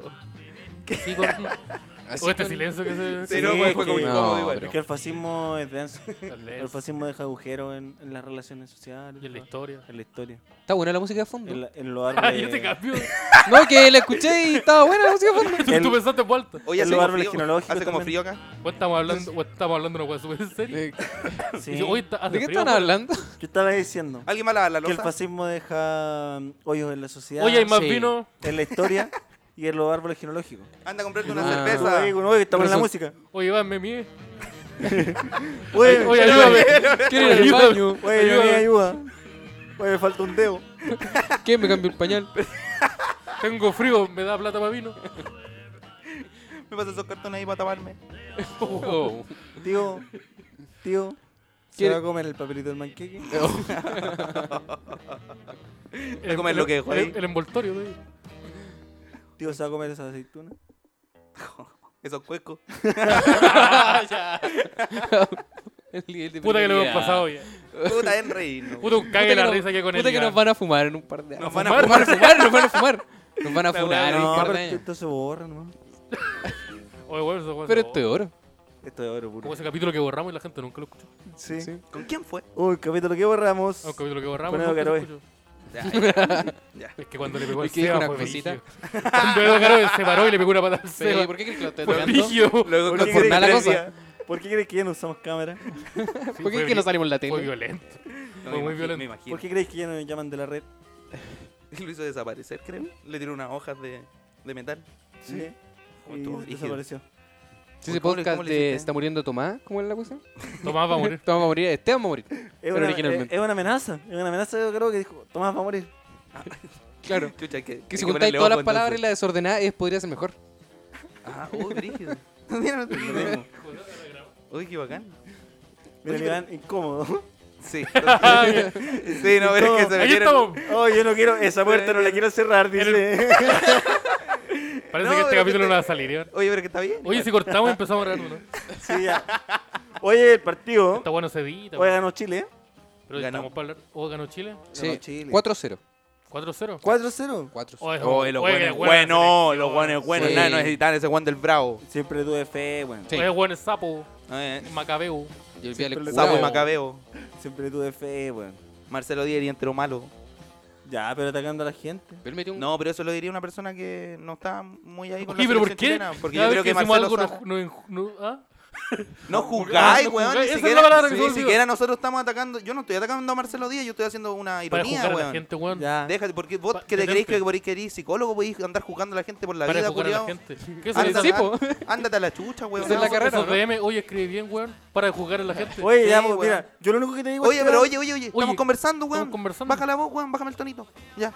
Sí, con-
Así
O este
con-
silencio que se.
Sí,
Sí,
no, fue, fue
que-
como incómodo
No,
igual.
pero-
Es que el fascismo es denso. El
Y
fascismo deja agujeros en, en las relaciones sociales.
en la historia.
En la historia.
Está buena la música de fondo.
En, la- en los
Ah, yo te
árboles.
cambio.
No, que la escuché y estaba buena la música de fondo.
Tú,
El-
tú pensaste en vuelta.
Oye,
En
hace
los
como
árboles
frío,
genealógicos
hace como
también.
frío acá.
Bueno, estamos hablando, bueno, estamos hablando de una weá súper seria.
Eh,
Sí.
Y yo, oye, está- hace
¿De qué
frío,
están
weón.
hablando?
Yo estaba diciendo
¿Alguien más la, la
que el
losa?
fascismo deja mm, hoyos en la sociedad,
Oye, hay más
Sí.
vino.
en la historia y en los árboles genealógicos.
Anda a comprarte una
Ah.
Tú ahí,
cerveza.
con, Oye, estamos en la
Pero
música.
Oye, Iván, me mie.
Oye,
Oye, ayúdame.
¿Quién en el
Ayúdame.
baño?
oye, ayuda. me ayuda. Oye, me falta un dedo.
¿Quién me cambió el pañal?
Tengo frío, me da plata para vino.
Me vas a esos cartones ahí para taparme.
Oh.
Tío, tío, ¿se
¿Quiere-
va a comer el papelito del manqueque?
El,
comer lo que dejó ahí.
el, el envoltorio, güey.
Tío, ¿se va a comer esas aceitunas?
Esos cuecos.
El nivel de
Puta que lo hemos
brutalidad.
pasado ya.
Puta, Henry. no.
Puta, un cague
Puta que
la
nos-
risa que con el
Puta que nos van a fumar en un par de
Nos
años.
van a
Nos van a fumar, nos van a fumar. Nos van a
La
funar en
no,
un par
pero
de
esto,
años.
esto se borra, ¿no?
Oye, bueno, eso,
Pero este, esto es oro.
Esto es oro
Como
puro.
ese capítulo que borramos y la gente nunca lo escuchó.
Sí.
Sí.
¿Con quién fue?
Uy, capítulo que borramos.
Ah, Un capítulo que borramos.
Con Edo
nunca lo
Caroe.
escuchó.
Ya, ya.
Es que cuando le pegó al
Es que dijo
Seba
una
fue
cosita.
brígido. Cuando Edo Caroe se paró y le pegó una patada al
Sí,
Seba.
¿Por qué crees que lo estoy
Fue
tocando?
brígido.
Luego,
¿Por
no
qué
fue
crees
mala
que-
cosa.
¿Por qué crees que ya no usamos cámara?
Sí,
¿Por qué
fue
es que no
bri-
salimos en la
Fue
tele?
violento.
No,
Fue muy
imagi-
violento.
Me imagino.
¿Por qué crees que ya no me llaman de la red?
Lo hizo desaparecer, creo. Le tiró unas hojas de, de metal.
Sí.
Como
Y
estuvo rígido.
desapareció.
Si ese
¿Cómo le-
podcast
cómo le
de
hiciste?
Está muriendo Tomás, ¿cómo es la cuestión?
Tomás va a morir.
Tomás va a morir, Esteban va a morir.
Es
Pero
una, es,
originalmente.
es una amenaza. Es una amenaza, yo creo que dijo, Tomás va a morir.
Claro.
Chucha, que,
Que si juntáis todas las palabras y la desordenada, es, podría ser mejor.
Ah, uy, brígido. Mira, no te digo. Uy, qué bacán.
Mira, Iván, incómodo.
Sí. sí, no, pero es que se
Aquí
metieron.
estamos.
Oh, yo no quiero, esa puerta no la quiero cerrar, dice.
Parece
No,
que este
pero
capítulo
que
no va a
te-
salir. ¿eh?
Oye, pero que está bien.
Oye, si cortamos y empezamos a grabar, ¿no? Está
Sí, ya. Oye, el partido.
bueno, se edita.
Hoy ganó Chile.
Pero
Ganó.
estamos para hablar. ¿O ganó Chile?
Sí.
Ganó Chile.
4-0.
4-0.
4-0.
4-0.
Oye,
Oye, Oh, los
oye, oh,
buenos.
buena
Bueno,
selección.
los buenos, buenos.
Sí.
Nada, no necesitan ese Juan del Bravo.
Siempre tuve fe, bueno.
Sí.
Oye, buen sapo.
Eh,
Macabeo.
Y el día del
Siempre le-
culo.
Sapo
Bravo.
Macabeo.
Siempre tuve fe, bueno.
Marcelo Díaz y entero malo.
Ya, pero atacando a la gente.
Pero él metió un-
No, pero eso lo diría una persona que no está muy ahí con
Oye,
la
pero ¿por
selección
qué?
chilena, Porque
Cada
yo
vez
creo que
hicimos
Marcelo
algo
Sala-
no, no- no- ¿ah?
No jugáis,
No
weón.
jugáis.
Ni,
Esa es
siquiera,
la palabra que
ni
se me olvidó.
siquiera nosotros estamos atacando. Yo no estoy atacando a Marcelo Díaz, yo estoy haciendo una
Para
ironía,
jugar a la
weón.
gente, weón.
Ya.
Déjate, porque vos
Pa-
que te
detente.
creéis que por ahí querís psicólogo, podéis andar jugando a la gente por la
Para
vida,
jugar a la
culiao.
gente. ¿Qué es
Anda-
eso? pues,
Sí, po.
Ándate a la chucha, weón.
Esa es la
No,
carrera,
Esos
¿no?
DM, oye, escribe bien, weón. Para jugar a la gente.
Oye,
Sí,
ya, pues,
weón.
mira, yo lo único que te digo es
Oye,
que
pero
ahora-
oye, oye, oye, estamos conversando, weón.
estamos conversando.
Baja la voz, weón, bájame el tonito. Ya.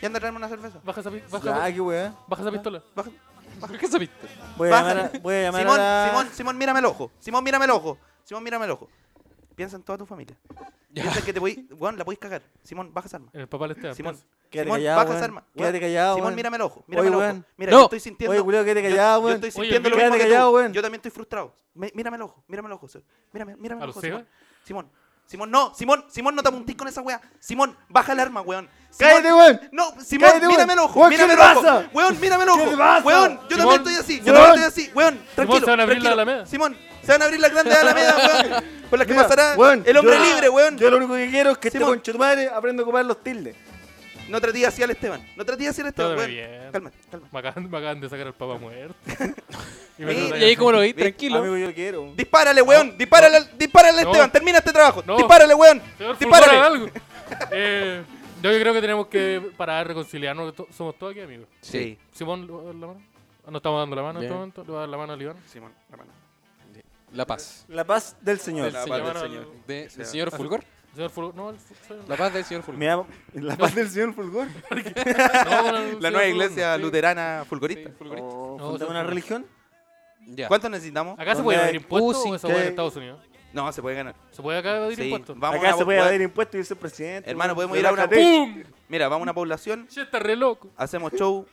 Y anda a traerme una cerveza.
Baja esa, pi- baja,
Ya, qué weón.
baja esa pistola.
Baja.
¿Por qué sabiste?
Voy a
Bájale.
llamar a, voy a llamar a
Simón,
la-
Simón, Simón, mírame el ojo. Simón, mírame el ojo. Simón, mírame el ojo. Piensa en toda tu familia. Piensa que te voy, weón, la podéis cagar. Simón, baja esa arma.
El papá le está.
Simón,
Quédate
Simón,
callado,
baja
weón.
esa arma.
Quédate
Weón,
callado,
Simón,
weón.
mírame el ojo. Mírame el
Oye,
ojo.
weón.
Mira,
No.
yo estoy sintiendo.
Oye, culiao, quédate
yo-
callado,
Yo
weón.
estoy
Oye,
sintiendo lo
quédate
mismo que
callado,
tú.
weón.
Yo también estoy frustrado. Mi- Mírame el ojo, mírame el ojo. Seba. Mírame, mírame
¿A
el
los
ojo,
Seba?
Simón. Simón, Simón, no, Simón, Simón, no te apuntís con esa weá. Simón, baja el arma, weón. Simón-
Cállate, weón.
No, Simón,
Cállate, weón.
mírame el ojo,
Weón, ¿qué
mírame el
te
ojo.
pasa?
Weón, mírame el ojo.
te pasa?
Weón, yo
Simón,
también estoy así, yo
Simón.
también estoy así. Weón, tranquilo,
se van a abrir la
tranquilo.
Alameda.
Simón, se van a abrir las grandes alamedas, weón. Por las que
Mira,
pasará
weón,
el hombre
yo-
libre, weón.
Yo lo único que quiero es que
Simón.
este concho tu madre aprenda a ocupar los tildes.
No tratí así al Esteban. No tratí así al Esteban.
Todo
weón.
bien.
Calma, calma.
Me acaban, me acaban de sacar al papá muerto. y tratan
Sí,
Y ahí
así.
como lo vi,
Ve,
tranquilo.
Amigo, yo quiero.
Dispárale, weón. dispárale, al- dispárale al
No.
Esteban. Termina este trabajo.
No.
Dispárale, weón.
Señor Fulgor, haga
Dispárale.
algo. Eh, yo creo que tenemos que parar, reconciliarnos. to- Somos todos aquí, amigos.
Sí.
Simón, ¿le voy a dar la mano? Ah, No estamos dando la mano en
Bien.
este momento. Le voy a dar la mano a Iván.
Simón, la mano.
La paz.
La paz del Señor.
Del
paz
señor.
del Señor.
De- del señor Fulgor.
Señor Fulgor, no, el Fulgor.
La paz del señor Fulgor.
Me amo- La paz del Señor Fulgor.
no, no, el señor
La nueva
Fulgor,
iglesia
sí.
luterana
Sí,
fulgurista.
Fulgorito.
Oh,
No,
¿fundamos
sí,
una
sí.
religión?
Ya.
¿Cuánto Oh. necesitamos?
¿Acá se
Donde
puede
hay
haber impuestos o
pussy,
eso va en
que-
Estados Unidos?
No, se puede ganar.
¿Se puede acá evadir
Sí,
impuestos?
vamos
Acá
a
se puede
weón.
haber impuestos y yo soy presidente.
Hermano,
weón.
podemos ir a una
Relájate.
¡Pum!
Mira, vamos a una población,
Che, está re loco.
hacemos show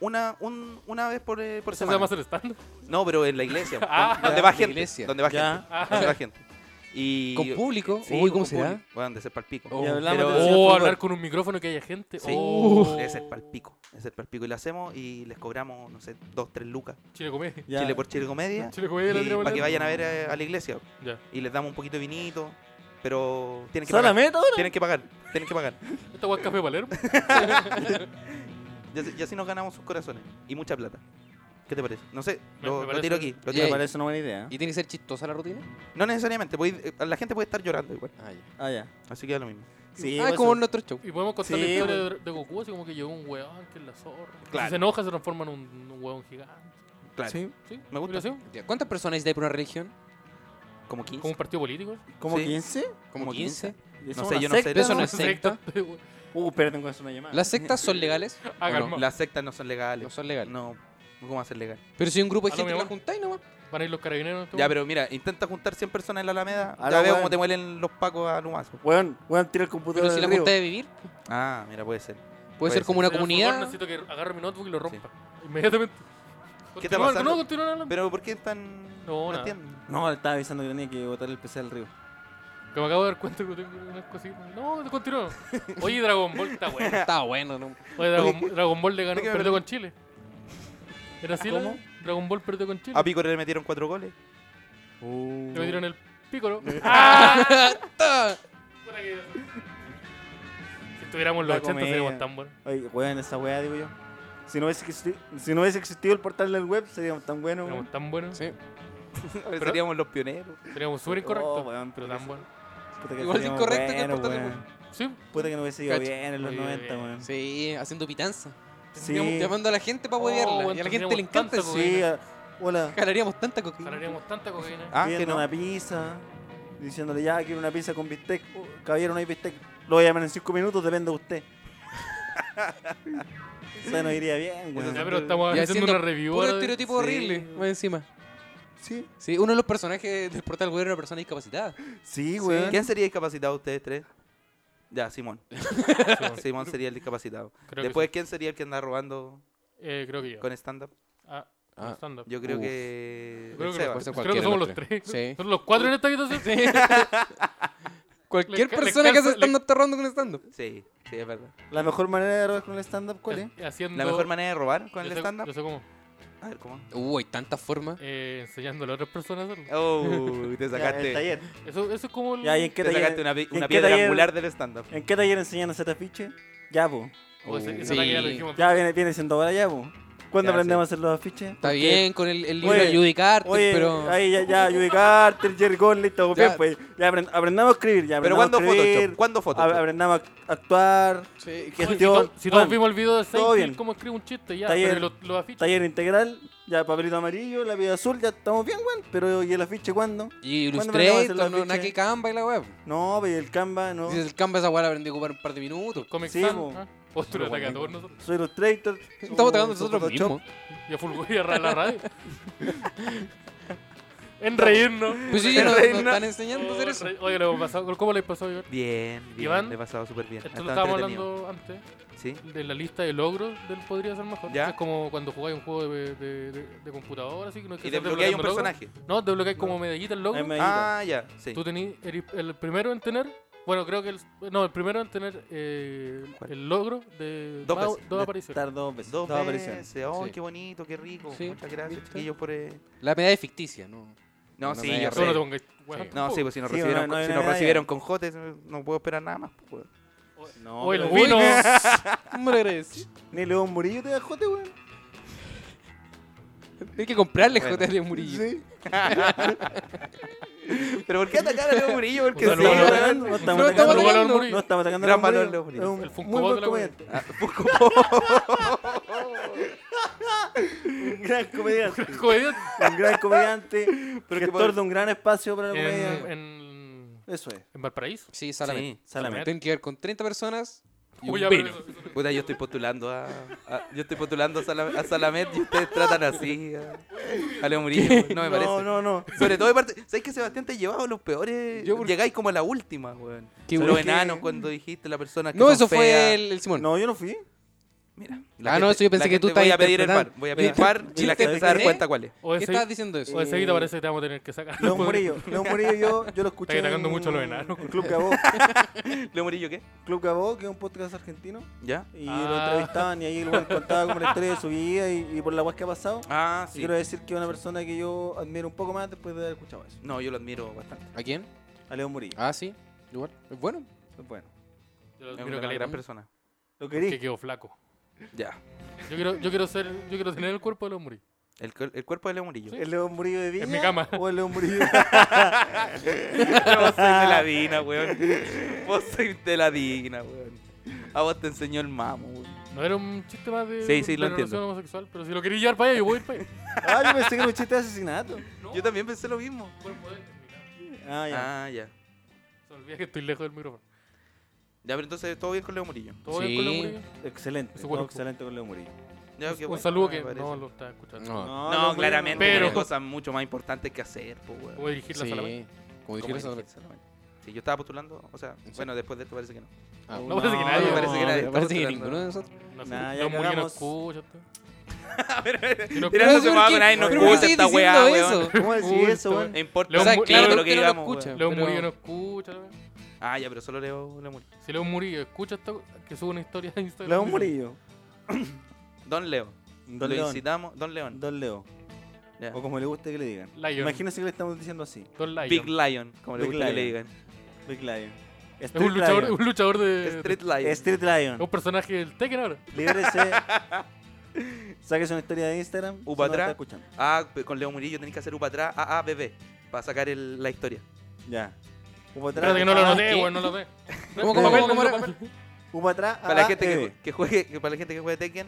una, un- una vez por, eh, por
¿Eso se llama
semana.
hacer stand?
No, pero en la iglesia.
Ah.
donde va
Ya.
gente.
La iglesia.
Donde va
Ya.
gente. Donde va gente. Y...
Con público.
Sí,
Uy, ¿cómo
con
será?
público. Weón, de ser palpico.
Oh.
Y hablamos
Pero-
del Señor
Oh,
Fulgor.
hablar con un micrófono que haya gente.
Sí,
Oh.
es el palpico, es el palpico y lo hacemos y les cobramos, no sé, dos, tres lucas,
Chile comedia.
Ya.
Chile por Chile Comedia,
Chile comedia la tiramos
para que
la-
vayan a ver eh, a la iglesia
Ya.
y les damos un poquito de vinito, pero tienen que pagar,
¿Solamente ahora?
tienen que pagar, tienen que pagar.
Esta guay es café Palermo.
Y así, y así nos ganamos sus corazones y mucha plata. ¿Qué te parece? No sé,
Me-
lo,
me
lo
parece-
tiro aquí. lo tiro
Ya,
Me
Ey.
aquí.
parece una buena idea.
¿Y tiene que ser chistosa la rutina?
No necesariamente, podéis- eh, la gente puede estar llorando igual,
Ah, ya.
Ah, ya.
así que es lo mismo.
Sí,
ah,
pues,
es como
eso.
en nuestro show.
Y podemos contar la
Sí,
historia
weón.
de, de Goku, así como que llegó un weón que es la zorra.
Claro.
Si se enoja, se transforma en un, un weón gigante.
Claro,
Sí,
¿Sí?
Me gusta.
¿Hubiera sido?
Ya, ¿Cuántas personas hay por una religión?
como 15.
Como un partido político.
¿Como
Sí.
15?
Como
Como 15.
15.
Eso
No
es
sé,
una
yo no sé
secta,
de
eso, ¿no?
¿no?
es secta?
Uh, espera, tengo que hacer una llamada.
¿Las sectas son legales? ¿O
Hagan
no?
más.
Las sectas no son legales.
No son legales.
No, ¿cómo va a ser legal?
Pero si hay un grupo de
A lo
gente que la
mejor.
juntáis nomás.
Van a ir los carabineros. ¿no?
Ya, pero mira, intenta juntar 100 personas en la Alameda.
A
ya
la
veo
weón.
cómo te muelen los pacos a lumazos.
Weón, weón, tira el computador
Pero si
del
la
río.
juntáis de vivir,
Ah, mira, puede ser.
puede ser
ser.
como una
Señor Fulgor,
comunidad.
Necesito que agarre mi notebook y lo rompa. Inmediatamente.
¿Qué está
Continúa,
pasando?
No, continúa hablando.
Pero ¿por qué están.?
No, nada.
entiendo.
No, le estaba avisando que tenía que botar el PC al río.
Que me acabo de dar cuenta que tengo unas cositas. No, continúa. Oye, Dragon Ball está bueno.
Está bueno, ¿no?
Oye, Dragon, Dragon Ball le ganó,
¿de qué me
perdió con
perdí?
Chile. ¿Era así? la-
¿Cómo?
Dragon Ball perdió con Chile.
A Pico le metieron cuatro goles.
Le metieron el Ah. pícolo.
Ta-
Si estuviéramos los
La
80 seríamos
comedia.
tan buenos.
Oye, weón, esa weá, digo yo. Si no, hubiese existi- si no hubiese existido el portal del web, seríamos tan buenos, weón.
Seríamos tan buenos.
Sí.
Pero... Seríamos los pioneros.
Seríamos súper incorrectos.
Oh, weón,
pero
pero
tan
sí.
buenos.
Puta que
Igual de
seríamos
incorrecto que el
buenos,
portal del
weón.
Sí.
Puta que no hubiese ido
Cacho.
bien en los
Oye,
90,
bien.
weón. Sí,
Sí, haciendo pitanza.
sí,
Llamando a la gente para
Oh,
huevearla. y a
bueno,
la gente le
tendríamos
encanta
tanta
eso.
cocaína.
ah, hola.
Jalaríamos tanta cocaína.
Jalaríamos tanta cocaína.
Ah, que
pidiendo
no.
una pizza, diciéndole ya, quiero una pizza con bistec. Oh, caballero, no hay bistec. Lo voy a llamar en 5 minutos, depende de usted. o sea, nos iría bien,
Eso
Ya,
weón.
pero estamos
Y
haciendo una
haciendo
review.
Puro
ahora de-
estereotipo
Sí.
horrible. Más encima.
Sí,
Sí, uno de los personajes del portal web era una persona discapacitada.
sí, weón.
¿Quién sería discapacitado ustedes tres? Ya, Simón. Simón sería el discapacitado.
Creo que
Después, ¿quién sería el que anda robando
Eh, creo que yo.
con stand-up?
Ah,
Ah,
stand up.
Yo creo
Uf.
que.
Creo
el
que,
Seba.
puede ser
creo que
cualquiera de
somos
los
los tres.
tres. Sí.
Son los cuatro en esta habitación.
Cualquier
ca- le
persona que hace
calza- le-
stand-up está robando con stand-up.
Sí, sí, es verdad.
La mejor manera de robar con el stand-up, ¿cuál eh? es?
Haciendo...
La mejor manera de robar con
Yo
el
sé- Yo
stand-up.
sé cómo.
A ver, ¿cómo?
Uh, hay tantas formas.
Eh, enseñándole a otras personas a hacerlo.
Oh, te
Ya, el
sacaste.
taller.
Eso, eso es como el...
Ya, ¿y en qué
Te sacaste
taller?
una,
¿Y
pi-
en
una
qué
piedra
taller-
angular del stand-up.
¿En qué taller enseñan a hacer afiche? Ya, po.
o Oh, ese- ese
Sí.
ataque ya lo dijimos.
Ya viene, viene siendo ahora ya, po. ¿Cuándo
Ya,
aprendemos a hacer los afiches?
Está
Porque-
bien con el, el libro
Oye,
de Judy Carter,
Oye,
pero.
ahí ya, ya, Judy Carter, Jerry Gordon, listo,
Ya.
bien, pues. Ya aprend- aprendamos a escribir, ya
Pero
aprendamos
¿cuándo
a escribir.
Photoshop? ¿Cuándo Photoshop?
a- Aprendamos a actuar,
Sí,
¿Qué?
Oye, si,
Gestión.
to- si todos
Bueno,
vimos el video de
todo bien.
Seinfeld, cómo escribe un chiste, ya.
Taller.
Pero los los afiches.
taller integral, ya papelito amarillo, lápiz azul, ya estamos bien, weón. Pero ¿y el afiche cuándo?
Y
¿Cuándo aprendemos a hacer
Illustrator,
los
no,
afiches?
nada que Canva y la web.
No, pero ¿y el Canva, no.
Dices, el Canva esa weá la aprendí a ocupar un par de minutos.
Comic
Sí,
Sans,
po.
¿ah? Ostras, ataca a todos nosotros.
Soy Illustrator.
Estamos
o
atacando nosotros
Photoshop.
mismos.
Ya fulgó y a la radio. en reírnos.
Pues sí, nos,
Reina.
nos están enseñando a hacer eso.
Oye, lo hemos pasado- ¿cómo le pasó a Iván?
Bien, bien.
Iván,
le he pasado súper bien.
Esto
Ha
lo
estado
estábamos
entretenido.
hablando antes
Sí.
de la lista de logros del podría ser mejor.
Ya.
que Es como cuando jugáis un juego de, de, de- de computadora, así que no es que
Y
sea
desbloqueáis un
desbloqueando logros.
personaje.
No, desbloqueáis como medallita el logro.
Ahí me-
Ah, ya. Sí.
Tú tenís eres el primero en tener. Bueno, creo que el, no, el primero en tener eh,
¿Cuál?
el logro de
Dos
más-
veces.
dos
De
apariciones.
estar dos veces.
Dos
Dos, apariciones.
veces. Oh,
Sí.
qué bonito, qué rico.
Sí,
Muchas gracias,
¿viste?
chiquillos, por... eh,
La medalla es ficticia, ¿no?
No,
Una
sí,
medalla
yo
Tú no te
sé.
pongas- weón,
No, sí,
tampoco.
pues si nos
Sí, no,
recibieron,
no
con-
hay
si nos
medalla.
recibieron con jotes, eh, no puedo esperar nada más. pues, weón.
No,
O el
pero-
vino.
Hombre, agradecido.
Ni León Murillo te da jote, weón.
Hay que comprarle
Bueno.
joder de Murillo.
Pero ¿por qué atacar a Leo Murillo? Porque
Un
sí,
saludo a Leo.
weón.
No estamos
Saludo
No,
a
atacando.
Leo
atacando.
Murillo.
No estamos atacando
Gran
a León
valor, Leo
Murillo. Es
Murillo.
un
El Funko
muy
Pop
buen
de la weá.
comediante.
Ah, Funko Pop.
Un gran comediante.
Comediante.
un gran comediante,
Pero
gestor
que por-
de un gran espacio para la comedia.
en, en,
Eso es,
en Valparaíso.
Sí, solamente.
Sí,
solamente.
Tienen que ver con 30 personas. y un
Uy, ya, pero eh,
vino.
eso- eso-
Puta, yo estoy postulando a, a- yo estoy postulando a, Sala- a Salamet y ustedes tratan así a, a Leo Murillo, no me parece.
No, no, no.
Sobre todo de parte, ¿sabes que Sebastián te has llevado los peores?
Yo por-
Llegáis como a la última, weón.
Qué
los
bueno.
enanos cuando dijiste la persona que
No,
son
eso
feas.
fue el, el Simón.
No, yo no fui.
Mira,
Ah, no, eso yo pensé
la
que tú
gente- voy a
estabas
pedir el par,
interpretando. ¿eh?
voy a pedir
Yo-
par y
yo
la gente se va a dar
interpreté-
cuenta cuál es.
O
¿Qué
ese,
estás diciendo eso?
o ese grito parece que te vamos a tener que sacar.
León Murillo, León Murillo yo, yo lo escuché.
Está atacando
en
mucho a los enanos.
en Club Gabo,
Leo Murillo, ¿qué?
Club Gabo, que es un podcast argentino.
¿Ya?
Y lo
Ah.
entrevistaban y ahí el weón contaba como la historia de su vida y, y por la guas que ha pasado.
Ah,
Y
sí.
quiero decir que es una persona que yo admiro un poco más después de haber escuchado eso.
No, yo lo admiro bastante.
¿A quién?
A León Murillo.
Ah, sí. Igual. Es bueno.
Bueno,
Yo lo
Es
admiro
una
caleta,
gran persona.
lo
Que
querí.
quedó flaco.
Ya.
Yo quiero, yo quiero ser, yo quiero tener el cuerpo de los morir.
El, cu- el cuerpo de Leo Murillo.
¿El León Murillo de Viña?
mi cama.
¿O el León Murillo?
Vos sois de la digna, weón. Vos sois de la digna, weón. A vos te enseñó el mamo, weón.
No era un chiste más de,
Sí, sí, lo
de relación
entiendo.
homosexual, pero si lo quería llevar para allá, yo voy a ir para allá.
ah, yo pensé que era un chiste de asesinato.
Yo también pensé lo mismo.
Cuerpo de- mira,
Ah, ya.
Ah, ya.
Se olvida que estoy lejos del micrófono.
Ya, pero entonces todo bien con Leo Murillo.
¿Todo
Sí.
bien con los Murillo?
Excelente.
Su buen-
no, excelente con León Murillo.
Ya, qué
un
bueno,
saludo
me
que
parece.
no lo está escuchando.
No.
No,
León Murillo
claramente.
Pero-
Pero cosas mucho más importantes que hacer, pues, weón.
Voy a dirigir la
Sí.
sala.
Como
¿Cómo
dijeron esa
dirigir solamente? Sí, yo estaba postulando, o sea, bueno, después de esto parece que no.
Ah,
No parece que nadie.
me parece que nadie
pero
está
parece que
postulando.
ninguno de nosotros.
No,
Nah, ya
sé, los Murillo no
cagamos.
escuchan.
Pero no se
¿por
va a
qué-
nadie, no
pero por qué
escucha
sigues
esta weá,
diciendo
weón.
eso?
¿Cómo decir
Justo,
eso, weón?
No importa
Leo
O sea,
nada
Mu-
de
claro
lo que
que no lo
digamos, weón.
escucha.
Los
Pero-
Murillo no escucha.
Ah, ya, pero solo Leo, Leo Murillo.
Si León Murillo escucha esto, que sube una historia a Instagram.
León Murillo.
Don Leo.
Don
lo
León.
incitamos, Don León.
Don Leo.
Ya.
O como le guste que le digan.
Lion.
Imagínense que le estamos diciendo así.
Don Lion.
Big Lion, como le
Big
gusta que le
Lion.
digan.
Big Lion. Street
Es un luchador,
Lion.
un luchador de.
Street
de-
Lion.
Street Lion.
Es un personaje del Tekken ahora.
Libérese. Sáquese una historia de Instagram. si
Upa
no la
atrás.
está escuchando.
Ah, pe- con Leo Murillo tenés que hacer U para atrás, A, A, B, B, para sacar el- la historia.
Ya. Upa atrás.
Espérate que no lo
ah,
noté,
¿qué?
weón, no lo noté.
¿Cómo,
cómo,
Papel,
cómo, cómo
papel,
era?
papel.
Upa atrás. ah, eh,
Para la gente que,
AAB.
jue- que juegue, que para la gente que juega Tekken,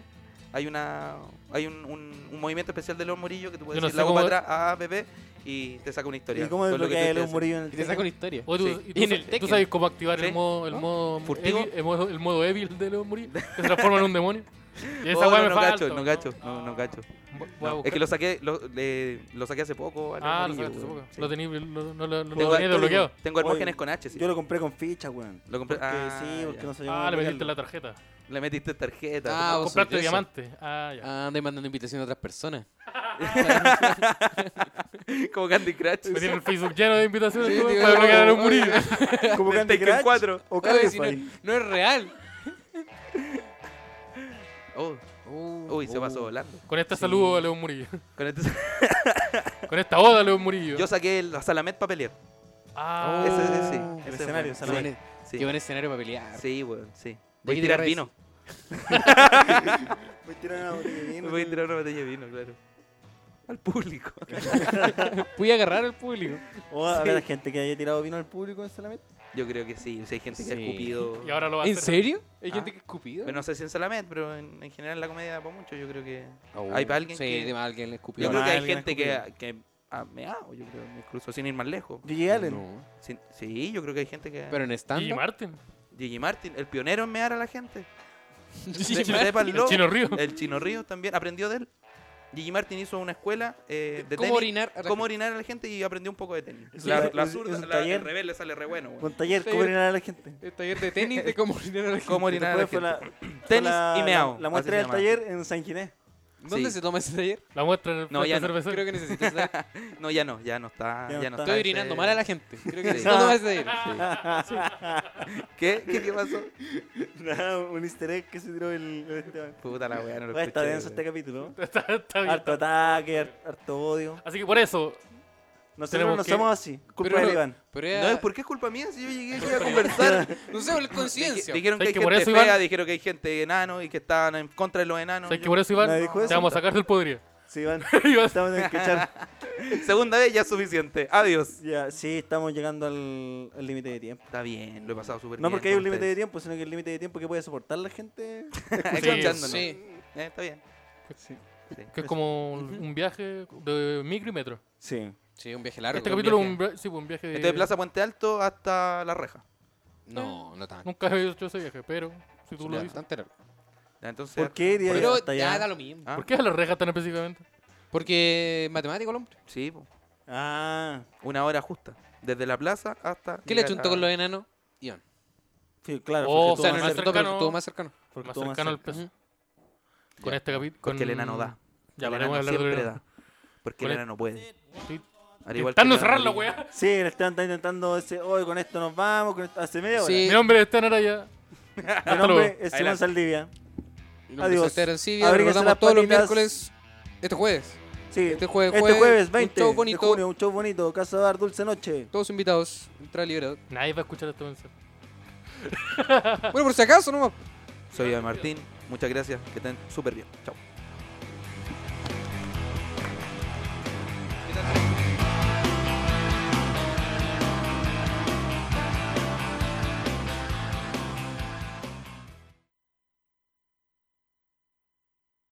hay una hay un, un- un movimiento especial de Leo Murillo que tú puedes
Yo no
decir
sé
la U
cómo-
para atrás, A, A, B, B y te saca una historia.
¿Y cómo
con lo que
desbloquea
tú
el León
estés
Murillo en el
Y te saca una
Tekken?
historia.
Oye, tú,
Sí.
y
Y en
tú,
el
sa- tú
Tekken.
sabes cómo activar el
Sí.
modo, el modo
¿Furtivo?
evil- el modo, el modo evil de León Murillo. Que se transforma en un demonio. Y esa
Oh,
weá
no,
me
no
falta.
gacho, no
weón.
gacho, no, no gacho.
Voy a
No,
buscar.
es que lo saqué, lo, le- lo saqué hace poco. a Leo
Ah, lo
Murillo,
sacaste hace
weón.
poco.
Sí.
Lo tenía, lo, no lo, lo
Tengo,
tenía desbloqueado.
tengo Hermógenes
Oye,
con H, sí.
Yo lo compré con ficha, weón.
Lo compré-
Porque
ah,
sí, porque
ya.
no sabía
Ah,
cómo
le metiste
aplicarlo.
la tarjeta.
Le metiste tarjeta.
Ah,
¿no?
vos
Compraste
sois de eso.
diamantes. Ah, ya.
Ah, Anda mandando invitación a otras personas.
Como Candy Crush.
Me tiene el Facebook lleno de invitaciones
Sí,
tú,
digo,
para bloquear a León
oh.
oye.
Murillo.
Como
Del
Candy
Tekken
Crush
4.
O
Oye,
Candy
si no,
Fry.
no es real.
Oh, uy, se
Oh.
pasó volando.
Con este saludo a León Murillo.
Con este-
Con esta oda a León Murillo.
Yo saqué el, la Salamet para pelear.
Ah,
Ese- ese sí.
El
ese
escenario,
fue.
Qué
Salamet.
buen-
Sí,
Qué buen escenario para pelear.
Sí, weón, sí.
¿De
Voy
qué
a
te
tirar
parece?
vino.
Voy a tirar una botella de
Me
vino.
voy a tirar una botella de vino, claro. Al público.
Voy a agarrar al público.
¿O a
Sí.
ver, gente que haya tirado vino al público en Salamé?
Yo creo que sí. Si hay gente que
Sí.
ha escupido.
Y ahora lo va a
¿En
hacer.
serio? ¿Hay
Ah.
gente que es escupido?
Bueno, no sé si en Salamet, pero en, en general en la comedia da para mucho. Yo creo que
Oh,
hay para alguien
sí,
que...
de más alguien le escupió.
Yo
No,
creo que hay
alguien ha
gente que, que ha meado, yo creo, incluso sin ir más lejos.
G.G. Allen.
No.
Sin- sí, yo creo que hay gente que...
Pero en
Y
stand
Martin.
Gigi Martin, el pionero en mear a la gente. De-
Martin.
sépanlo,
El Chino Río.
El Chino Río también, aprendió de él. Gigi Martin hizo una escuela eh, de
¿Cómo
tenis,
orinar? a la
cómo
gente?
orinar a la gente y aprendió un poco de tenis.
Es
La,
un-
la
es-
zurda,
es un
la- el
taller.
revés le sale re bueno.
Con taller,
Sí.
¿cómo orinar a la gente?
El taller de tenis de cómo orinar a la gente.
¿Cómo
Y
orinar a la
después fue
gente?
la, fue
Tenis
la,
y
la- la
meao. así se
muestra del
llama.
taller en San Ginés.
¿Dónde
Sí.
se toma ese taller?
La muestra en el
No, ya no.
cervecero.
Creo que necesito ese taller.
No, ya no, ya no está.
Ya no
Ya no
está. Ah,
está ese-
Estoy orinando mal a la gente. Creo que
Sí. Ah,
necesito tomar ese taller.
¿Qué? ¿Qué, qué pasó?
Nada, un easter egg que se tiró el... el Esteban.
Puta la weá, no lo
Oye, está
escuché,
denso este
weón.
capítulo. ¿no?
Está- está bien.
Harto ataque, har- harto odio.
Así que por eso,
Nosotros
Tenemos
no
que-
somos así. Culpa
Pero-
de Iván.
Pero
No, es
era...
porque es culpa mía si yo llegué aquí a conversar.
No sé, por
Dije-
conciencia.
Dijeron que hay
¿Sabes que por
gente
eso,
fea,
Iván?
dijeron que hay gente enano y que estaban en contra de los enanos.
¿sabes que
Yo-
por eso, Iván?
Nadie dijo
Te
eso.
vamos a sacar del podrido.
Sí, Iván.
Iván.
Estamos en que echar.
Segunda vez ya es suficiente. Adiós.
Ya, sí, estamos llegando al al límite de tiempo.
Está bien, lo he pasado súper bien.
No porque hay
con
un límite de
ustedes.
tiempo, sino que el límite de tiempo que puede soportar la gente.
Escuchándonos.
Sí.
Eh, está bien.
Sí.
Que es como un, un viaje de micro y metro.
Sí.
Sí, un viaje largo.
Este
un
capítulo es
viaje-
un, via- sí, pues, un viaje de...
Estoy Este de Plaza Puente Alto hasta La Reja.
No, no tan.
Nunca he hecho ese viaje, pero si tú lo
Ya,
dices.
tan terrible.
Ya, Entonces,
¿Por qué iría yo
Pero
hasta
ya da
allá?
lo mismo.
Ah,
¿Por qué a las rejas tan específicamente?
Porque matemático el hombre.
Sí, po.
Ah,
una hora justa. Desde la plaza hasta.
¿Qué le
llegar
chunto
a-
con los enanos? Ian.
sí, claro.
Oh,
porque
O sea,
tú
no
ah. más
le
vas a
chunto, pero
cercano. Pues,
estuvo más cercano.
Porque
Más
tú vas
cercano al
cerca.
peso.
Ujú.
Con este capítulo.
Porque el enano da.
Ya, pero vamos
el
a
enano
hablar de
siempre
lo-
da. Porque
Con
el
el-
enano puede.
Estoy
Al igual que
Intentando
el
cerrar la
enano
weá.
Sí, el Esteban está intentando ese, hoy con esto nos vamos, con esto- hace media hora.
Sí.
Sí.
Mi nombre es Stan Araya. Hasta
Mi nombre
luego.
es Simón
Adelante.
Saldivia.
Mi nombre es
Adiós.
Esther Arancibia,
Abríguese
Recordamos
las
todos los
patitas.
miércoles. Este jueves.
Sí,
Este jueves-
este
jueves,
jueves
un
20
show
de
bonito.
junio, un show bonito, Casa Bar, Dulce Noche.
Todos invitados. Entra liberado.
Nadie va a escuchar esto mensaje.
Bueno, por si acaso nomás.
Soy Iván Martín. Muchas gracias. Que estén súper bien. Chao.